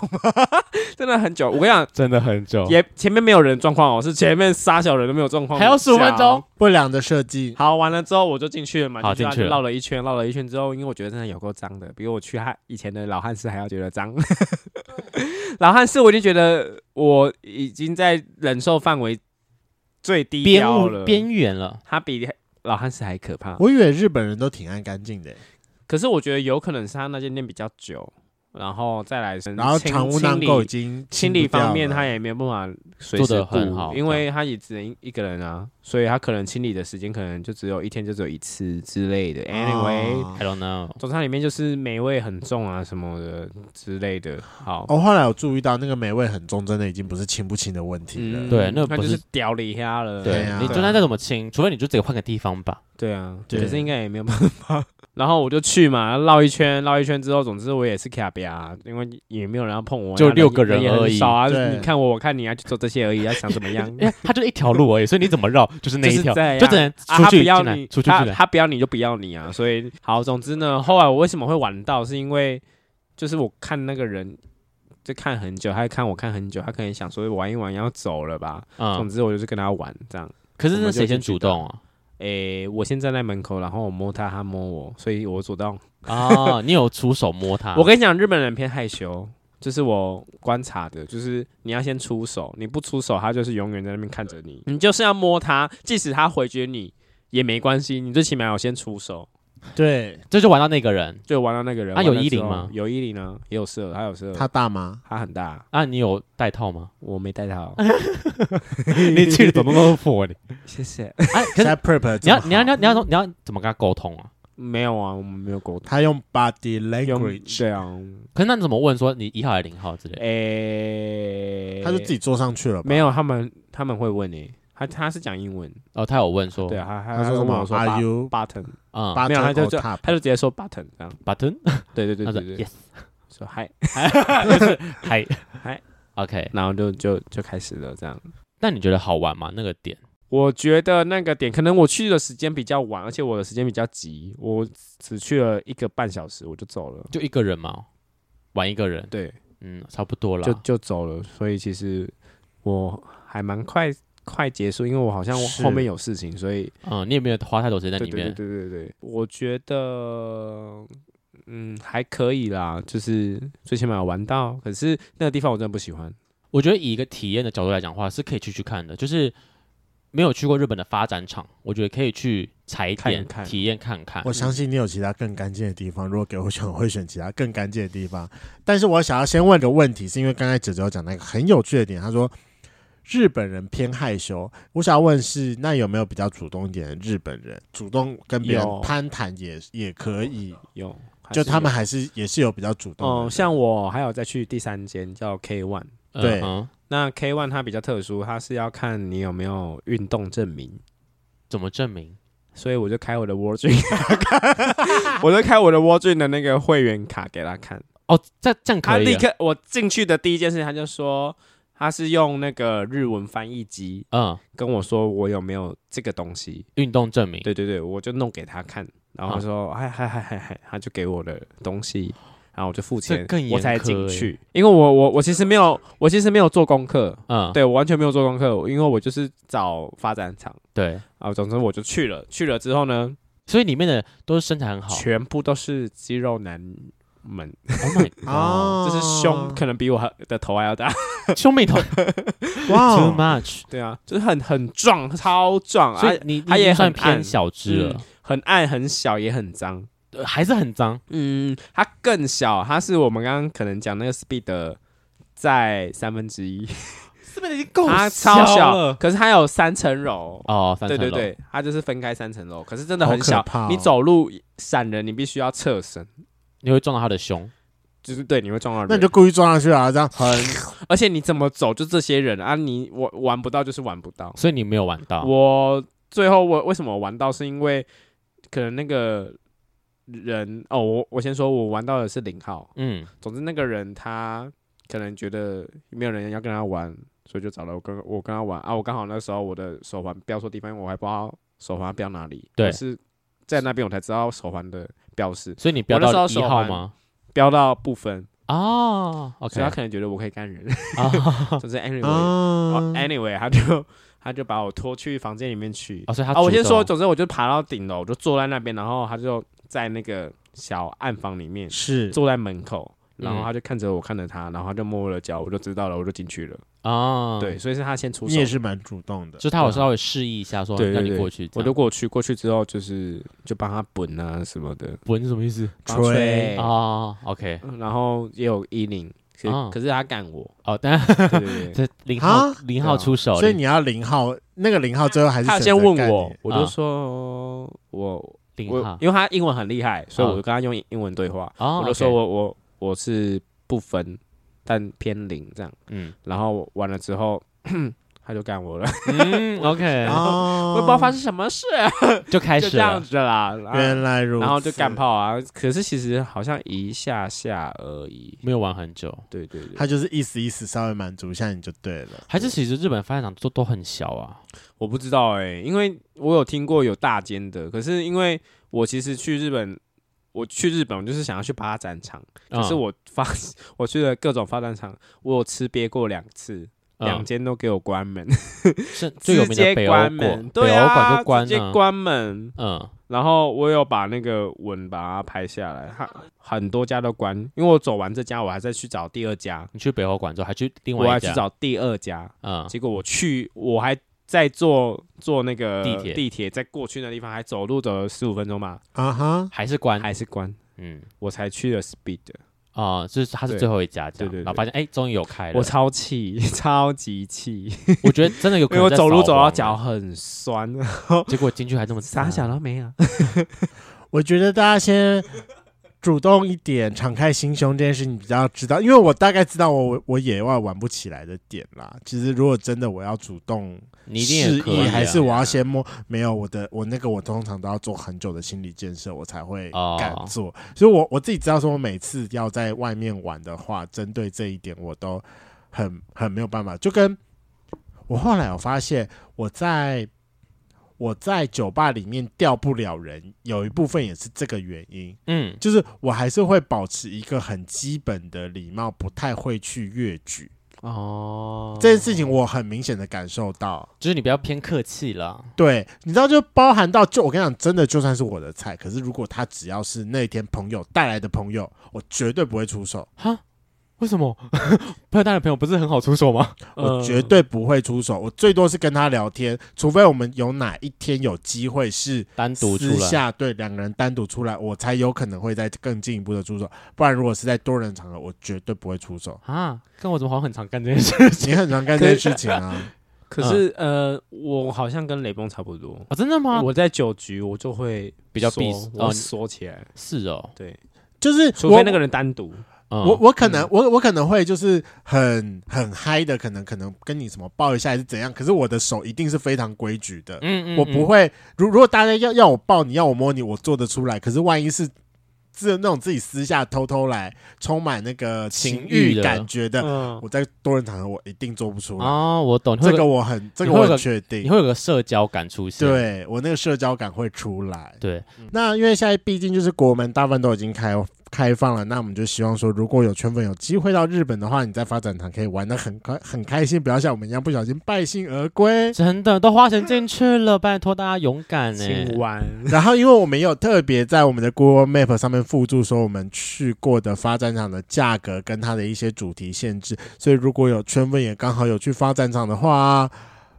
Speaker 3: 真的很久。我跟你讲，
Speaker 1: 真的很久，
Speaker 3: 也前面没有人状况哦，是前面杀小人都没有状况，
Speaker 1: 还有15分钟。
Speaker 2: 不良的设计，
Speaker 3: 好，完了之后我就进去了嘛，
Speaker 1: 好
Speaker 3: 进
Speaker 1: 进去了
Speaker 3: 绕了一圈，绕了一圈之后，因为我觉得真的有够脏的，比我去汉以前的老汉室还要觉得脏。 老汉室我已经觉得我已经在忍受范围最低
Speaker 1: 边
Speaker 3: 标
Speaker 1: 务
Speaker 3: 了，
Speaker 1: 边缘了。
Speaker 3: 它比老汉室还可怕。
Speaker 2: 我以为日本人都挺爱干净的，
Speaker 3: 可是我觉得有可能是他那间店比较久，然后再来是
Speaker 2: 然后
Speaker 3: 清
Speaker 2: 藏污纳
Speaker 3: 清理
Speaker 2: 垢已经
Speaker 3: 清理方面他
Speaker 2: 也
Speaker 3: 也没有办法随时
Speaker 1: 做得
Speaker 3: 顾
Speaker 1: 很好
Speaker 3: 因为他也只能一个人啊，所以他可能清理的时间可能就只有一天就只有一次之类
Speaker 2: 哦
Speaker 3: 的。Anyway，、
Speaker 1: I don't know，
Speaker 3: 中餐里面就是美味很重啊什么的之类的。好，
Speaker 2: 哦，后来我注意到那个美味很重，真的已经不是清不清的问题了。
Speaker 1: 对那
Speaker 3: 它
Speaker 1: 不
Speaker 3: 嗯就是是屌离虾了。
Speaker 2: 嗯对啊
Speaker 1: 你就算再怎么清，除非你就直接换个地方吧。
Speaker 3: 对啊，
Speaker 2: 对
Speaker 3: 可是应该也没有办法。 然后我就去嘛，绕一圈，绕一圈之后，总之我也是卡比啊，因为也没有人要碰我，啊
Speaker 1: 就六个人
Speaker 3: 人也很
Speaker 1: 而已
Speaker 3: 少啊，
Speaker 2: 对
Speaker 3: 你看我，我看你啊，就做这些而已啊，想怎么样？
Speaker 1: 因为它就是一条路而已，所以你怎么绕就是那一条，
Speaker 3: 就是这样
Speaker 1: 就只能
Speaker 3: 啊，
Speaker 1: 出
Speaker 3: 他不
Speaker 1: 去
Speaker 3: 要
Speaker 1: 进来
Speaker 3: 你，，
Speaker 1: 出去
Speaker 3: 他
Speaker 1: 进来。
Speaker 3: 他不要你就不要你啊，所以好，总之呢，后来我为什么会晚到，是因为就是我看那个人就看很久，他看我看很久，他可能想说玩一玩要走了吧，总
Speaker 1: 嗯，
Speaker 3: 之我就是跟他玩这样。
Speaker 1: 可是
Speaker 3: 我
Speaker 1: 那
Speaker 3: 们就
Speaker 1: 谁先
Speaker 3: 进去
Speaker 1: 主动啊？
Speaker 3: 诶、我先站在门口，然后我摸他，他摸我，所以我主动。
Speaker 1: 哦，你有出手摸他？
Speaker 3: 我跟你讲，日本人偏害羞，就是我观察的，就是你要先出手，你不出手，他就是永远在那边看着你，你就是要摸他，即使他回绝你也没关系，你最起码有先出手。
Speaker 2: 对，
Speaker 1: 这就玩到那个人
Speaker 3: 就玩到那个人。
Speaker 1: 啊
Speaker 3: 玩到
Speaker 1: 有衣
Speaker 3: 之后
Speaker 1: 领吗
Speaker 3: 有衣领呢，也有色，他有色，
Speaker 2: 他
Speaker 3: 他
Speaker 2: 大吗？
Speaker 3: 他很大，
Speaker 1: 啊！你有带套吗？
Speaker 3: 我没带套，
Speaker 1: 你去怎么那么破你？
Speaker 3: 谢谢。
Speaker 1: 哎，可
Speaker 2: 现在
Speaker 1: 是
Speaker 2: prep
Speaker 1: 你要
Speaker 2: 这么
Speaker 1: 你要
Speaker 2: 好
Speaker 1: 你要你要你要怎么跟他沟通啊？
Speaker 3: 没有啊，我们没有沟通。
Speaker 2: 他用 body
Speaker 3: 用
Speaker 2: language，
Speaker 3: 对啊，
Speaker 1: 可是那你怎么问说你一号还是零号之类的？
Speaker 3: 诶，
Speaker 2: 他就自己坐上去了吧。
Speaker 3: 没有，他们他们会问你，他他是讲英文，
Speaker 1: 哦，他有问说
Speaker 3: 对啊，他
Speaker 2: 他说
Speaker 3: 会
Speaker 2: 什
Speaker 3: 问
Speaker 2: 么
Speaker 3: 我说
Speaker 2: Are
Speaker 3: bu-
Speaker 2: you
Speaker 3: button，
Speaker 1: 啊
Speaker 2: 八
Speaker 3: 没有，他就就
Speaker 2: 他
Speaker 3: 他就直接说 button 这样，
Speaker 1: ，button，
Speaker 3: 对对对
Speaker 1: 他说
Speaker 3: 对对，
Speaker 1: yes，
Speaker 3: 说嗨，
Speaker 1: 嗨
Speaker 3: 嗨
Speaker 1: ，OK。
Speaker 3: 然后就就就开始了这样。
Speaker 1: 那你觉得好玩吗？那个点？
Speaker 3: 我觉得那个点，可能我去的时间比较晚，而且我的时间比较急，我只去了一个半小时我就走了。
Speaker 1: 就一个人嘛，玩一个人，
Speaker 3: 对，
Speaker 1: 嗯，差不多了。
Speaker 3: 就就走了。所以其实我还蛮快快结束，因为我好像
Speaker 2: 是
Speaker 3: 后面有事情，所以
Speaker 1: 嗯，你也没有花太多时间在
Speaker 3: 对
Speaker 1: 里
Speaker 3: 对对
Speaker 1: 面。
Speaker 3: 对对对，我觉得嗯，还可以啦，就是最起码有玩到。可是那个地方我真的不喜欢。
Speaker 1: 我觉得以一个体验的角度来讲的话，是可以去去看的。就是没有去过日本的发展场，我觉得可以去踩
Speaker 3: 看一
Speaker 1: 点
Speaker 3: 看
Speaker 1: 体验看看。
Speaker 2: 我相信你有其他更干净的地方，如果给我选，我会选其他更干净的地方。但是我想要先问个问题，是因为刚才哲哲讲那个很有趣的点，他说日本人偏害羞。我想要问是，那有没有比较主动一点的日本人，主动跟别人
Speaker 3: 有
Speaker 2: 攀谈也也可以，
Speaker 3: 有，还
Speaker 2: 就是他们
Speaker 3: 有
Speaker 2: 还是也是有比较主动的
Speaker 3: 哦、
Speaker 2: 人
Speaker 3: 像我还有再去第三间叫 K One。
Speaker 2: 对
Speaker 1: 嗯哼
Speaker 3: 那 K One 它比较特殊，它是要看你有没有运动证明，
Speaker 1: 怎么证明？
Speaker 3: 所以我就开我的 w o r d r e 我就开我的 w o r d r e 的那个会员卡给他看。
Speaker 1: 哦，这这样
Speaker 3: 他
Speaker 1: 可以
Speaker 3: 立
Speaker 1: 啊。
Speaker 3: 刻，我进去的第一件事情，他就说他是用那个日文翻译机
Speaker 1: 嗯，
Speaker 3: 跟我说我有没有这个东西。
Speaker 1: 运动证明。
Speaker 3: 对对对，我就弄给他看，然后他
Speaker 1: 啊
Speaker 3: 说嗨嗨嗨嗨嗨，他就给我的东西，然后我就付
Speaker 1: 这
Speaker 3: 钱
Speaker 1: 更，严
Speaker 3: 我才
Speaker 1: 苛
Speaker 3: 进
Speaker 1: 欸
Speaker 3: 去，因为我我我其实没有，我其实没有做功课，
Speaker 1: 嗯，
Speaker 3: 对我完全没有做功课，因为我就是找发展厂
Speaker 1: 对，
Speaker 3: 啊，总之我就去了，去了之后呢，
Speaker 1: 所以里面的都是身材很好。
Speaker 3: 全部都是肌肉男。们，
Speaker 1: Oh my
Speaker 2: 啊，
Speaker 3: 就是胸可能比我还的头还要大，
Speaker 1: god，兄妹头
Speaker 2: 哇
Speaker 1: too
Speaker 2: 哦，
Speaker 1: much，
Speaker 3: 对啊，就是很很壮，超壮，
Speaker 1: 所以
Speaker 3: 啊
Speaker 1: 你
Speaker 3: 他
Speaker 1: 你已
Speaker 3: 也
Speaker 1: 经算
Speaker 3: 很嗯暗
Speaker 1: 偏小只了，
Speaker 3: 很暗很小，也很脏。
Speaker 1: 呃还是很脏。
Speaker 3: 嗯，它更小，它是我们刚刚可能讲那个 speed 的在三分之 一，
Speaker 1: 是不是已经够
Speaker 3: 它超哦小，可是它有三层楼。
Speaker 1: 哦，三
Speaker 3: 对对
Speaker 1: 层楼，
Speaker 3: 对，它就是分开三层楼，可是真的
Speaker 2: 好
Speaker 3: 很
Speaker 2: 可
Speaker 3: 小，
Speaker 2: 怕哦
Speaker 3: 你走路闪人，你必须要侧身，
Speaker 1: 你会撞到他的胸。
Speaker 3: 就是对你会撞到
Speaker 2: 那你
Speaker 3: 人，
Speaker 2: 就故意撞上去啊，这样很
Speaker 3: 而且你怎么走就这些人啊，你我玩不到就是玩不到。
Speaker 1: 所以你没有玩到。
Speaker 3: 我最后我为什么我玩到，是因为可能那个人哦，我我先说，我玩到的是零号，
Speaker 1: 嗯，
Speaker 3: 总之那个人他可能觉得没有人要跟他玩，所以就找了我跟我跟他玩啊。我刚好那时候我的手环标错地方，因为我还不知道手环标哪里，
Speaker 1: 对
Speaker 3: 我是在那边我才知道手环的标示，
Speaker 1: 所以你标
Speaker 3: 我那
Speaker 1: 到
Speaker 3: 时
Speaker 1: 一
Speaker 3: 候手
Speaker 1: 号
Speaker 3: 环
Speaker 1: 吗？
Speaker 3: 标到不分，
Speaker 1: 哦
Speaker 3: 所
Speaker 1: ，OK，
Speaker 3: 以他可能觉得我可以 干人。
Speaker 1: 啊，
Speaker 3: 总之 anyway，、哦
Speaker 2: 啊，
Speaker 3: anyway，他就他就把我拖去房间里面去
Speaker 1: 哦，所以他
Speaker 3: 啊，我先
Speaker 1: 主动
Speaker 3: 说，总之我就爬到顶楼，我就坐在那边，然后他就在那个小暗房里面
Speaker 2: 是
Speaker 3: 坐在门口，然后
Speaker 1: 嗯
Speaker 3: 他就看着我，看着他，然后他就摸我的脚，我就知道了，我就进去了。
Speaker 1: 啊，
Speaker 3: 对，，所以是他先出
Speaker 2: 嗯你
Speaker 3: 手
Speaker 2: 也，是蛮主动的，
Speaker 1: 就他有稍微示意一下，说
Speaker 3: 对对
Speaker 1: 让你
Speaker 3: 对
Speaker 1: 过去哦这
Speaker 3: 我
Speaker 1: 样，
Speaker 3: 就过去，过去之后就是就帮他滚啊什么的，
Speaker 1: 闻是什么意思？
Speaker 3: 帮他
Speaker 2: 吹啊
Speaker 1: 哦，OK，
Speaker 3: 嗯然后也有衣领，可
Speaker 1: 啊
Speaker 3: 可是他干我，
Speaker 1: 哦，但
Speaker 3: 对 对对。
Speaker 1: 这零号
Speaker 2: 啊
Speaker 1: 零号出手了，
Speaker 2: 所以你要零号，那个零号最后还是
Speaker 3: 他有
Speaker 2: 选
Speaker 3: 先
Speaker 2: 择
Speaker 3: 问
Speaker 2: 干
Speaker 3: 我
Speaker 2: 你，啊
Speaker 3: 我就说我
Speaker 1: 零
Speaker 3: 我
Speaker 1: 号，
Speaker 3: 因为他英文很厉害，所以
Speaker 1: 啊
Speaker 3: 我就跟他用英文对话。
Speaker 1: 哦
Speaker 3: 我就说，我我我是不分，但偏零这样。
Speaker 1: OK 嗯
Speaker 3: 然后完了之后，他就干我了，
Speaker 1: 嗯，OK，
Speaker 2: 哦
Speaker 3: 哎我也不知道发生什么事，啊
Speaker 1: 就开
Speaker 3: 就
Speaker 1: 始
Speaker 3: 这样
Speaker 1: 了，
Speaker 3: 子啦。然后
Speaker 2: 原来如此，
Speaker 3: 然后就干炮啊，可是其实好像一下下而已。
Speaker 1: 没有玩很久，
Speaker 3: 对对对，
Speaker 2: 他就是意思意思稍微满足一下你就对了。
Speaker 1: 还是其实日本发展场都都很小啊，
Speaker 3: 我不知道哎、因为我有听过有大间的，可是因为我其实去日本，我去日本我就是想要去发展场，可是
Speaker 1: 嗯
Speaker 3: 我发 我去了各种发展场，我有吃瘪过两次，
Speaker 1: 嗯
Speaker 3: 两间都给我关门。
Speaker 1: 是最有
Speaker 3: 直
Speaker 1: 名的
Speaker 3: 接
Speaker 1: 北欧
Speaker 3: 关
Speaker 1: 馆，
Speaker 3: 门，
Speaker 1: 北
Speaker 3: 对
Speaker 1: 欧馆
Speaker 3: 啊，
Speaker 1: 就关
Speaker 3: 直接
Speaker 1: 了，
Speaker 3: 关门。
Speaker 1: 嗯，
Speaker 3: 然后我有把那个吻把它拍下来，它很多家都关，因为我走完这家，我还在去找第二家，
Speaker 1: 你去北欧馆之后还去另
Speaker 3: 我
Speaker 1: 外
Speaker 3: 还
Speaker 1: 一
Speaker 3: 去
Speaker 1: 家，
Speaker 3: 找第二家，
Speaker 1: 嗯，
Speaker 3: 结果我去，我还在坐坐那个
Speaker 1: 地铁
Speaker 3: 地铁在过去那地方还走路走了十五分钟吧，
Speaker 2: 啊哈，
Speaker 1: 还是关，
Speaker 3: 还是关，
Speaker 1: 嗯，
Speaker 3: 我才去了 Speed，
Speaker 1: 哦，就是它是
Speaker 3: 对
Speaker 1: 最后一家这样，
Speaker 3: 对对对
Speaker 1: 然后发现哎，终于有开了，
Speaker 3: 我超气， 超级气，
Speaker 1: 我觉得真 的有可
Speaker 3: 因为
Speaker 1: 能
Speaker 3: 我
Speaker 1: 在
Speaker 3: 走路
Speaker 1: 扫
Speaker 3: 走到
Speaker 1: 黄
Speaker 3: 脚
Speaker 1: 欸，
Speaker 3: 很酸，
Speaker 1: 结果进去还这么
Speaker 3: 啥
Speaker 1: 大
Speaker 3: 想都没有。
Speaker 2: 我觉得大家先主动一点，敞开心胸这件事情比较知道，因为我大概知道我我野外玩不起来的点啦。其实如果真的我要主动
Speaker 1: 你一定
Speaker 2: 示
Speaker 1: 也可以
Speaker 2: 意，
Speaker 1: 啊
Speaker 2: 还是我要先摸？没有，我的我那个我通常都要做很久的心理建设，我才会
Speaker 1: 哦
Speaker 2: 敢做。所以我我自己知道，说我每次要在外面玩的话，针对这一点我都很很没有办法。就跟我后来我发现，我在我在酒吧里面调不了人，有一部分也是这个原因，
Speaker 1: 嗯，
Speaker 2: 就是我还是会保持一个很基本的礼貌，不太会去越矩。
Speaker 3: 哦，
Speaker 2: 这件事情我很明显的感受到。
Speaker 1: 就是你不要偏客气了。
Speaker 2: 对，你知道，就包含到，就我跟你讲，真的就算是我的菜，可是如果他只要是那天朋友带来的朋友，我绝对不会出手，
Speaker 1: 哈？为什么？ 朋友带的朋友不是很好出手吗？
Speaker 2: 我绝对不会出手，我最多是跟他聊天，除非我们有哪一天有机会是
Speaker 1: 单独出
Speaker 2: 私
Speaker 1: 来，
Speaker 2: 下对两个人单独出来，我才有可能会再更进一步的出手，不然如果是在多人场合，我绝对不会出手。
Speaker 1: 啊，跟我怎么好像很常干这件事情
Speaker 2: 你很常干这件事情啊，
Speaker 3: 可是呃，我好像跟雷崩差不多。
Speaker 1: 啊？真的吗？
Speaker 3: 我在酒局，我就会
Speaker 1: 比较
Speaker 3: 缩
Speaker 1: 避哦
Speaker 3: 我
Speaker 1: 你
Speaker 3: 缩起来。
Speaker 1: 是哦，
Speaker 3: 对，
Speaker 2: 就是
Speaker 3: 除非
Speaker 2: 我
Speaker 3: 那个人单独。
Speaker 1: 嗯
Speaker 2: 我我可能我我可能会就是很很嗨的，可能可能跟你什么抱一下还是怎样，可是我的手一定是非常规矩的，
Speaker 1: 嗯
Speaker 2: 我不，会。如如果大家要要我抱你，要我摸你，我做得出来。可是万一是自那种自己私下偷偷来，充满那个情
Speaker 1: 情欲
Speaker 2: 欲
Speaker 1: 的
Speaker 2: 感觉的，
Speaker 3: 嗯，
Speaker 2: 我在多人场合我一定做不出来。
Speaker 1: 啊，我懂，你会
Speaker 2: 这
Speaker 1: 有
Speaker 2: 个我很这个
Speaker 1: 你会
Speaker 2: 我
Speaker 1: 有
Speaker 2: 很
Speaker 1: 个
Speaker 2: 确
Speaker 1: 你
Speaker 2: 定，
Speaker 1: 会有个社交感出现，
Speaker 2: 对我那个社交感会出来。
Speaker 1: 对，
Speaker 2: 那因为现在毕竟就是国门大部分都已经开开放了，那我们就希望说，如果有圈粉有机会到日本的话，你在发展堂可以玩的很开很开心，不要像我们一样不小心败兴而归。
Speaker 1: 真的都花钱进去了，拜托大家勇敢欸呢、
Speaker 3: 请玩。
Speaker 2: 然后，因为我们有特别在我们的 Google Map 上面附注说我们去过的发展场的价格跟它的一些主题限制，所以如果有圈粉也刚好有去发展场的话，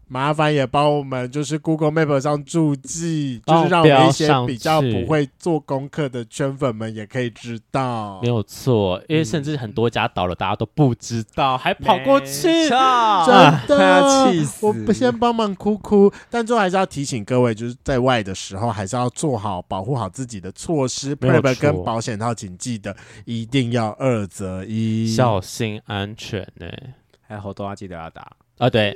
Speaker 2: 麻烦也帮我们就是 Google Map 上注记，就
Speaker 1: 帮
Speaker 2: 是
Speaker 1: 我
Speaker 2: 让我们一些
Speaker 1: 标上
Speaker 2: 比较
Speaker 1: 去
Speaker 2: 不会做功课的圈粉们也可以知道
Speaker 1: 没。有错，因为甚至很多家倒了，大家都不知道，还跑过去。
Speaker 2: 嗯
Speaker 3: 啊
Speaker 2: 真的，
Speaker 3: 快要气死
Speaker 2: 我不先帮忙哭哭，但最后还是要提醒各位，就是在外的时候，还是要做好保护好自己的措施。
Speaker 1: 没有
Speaker 2: Prep
Speaker 1: 错
Speaker 2: 跟保险套，请记得一定要二择一。
Speaker 1: 小心安全呢、
Speaker 3: 还有猴豆要记得要打。
Speaker 1: 啊，对，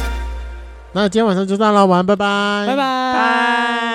Speaker 2: 那今天晚上就这样了，晚安，拜拜，
Speaker 1: 拜拜。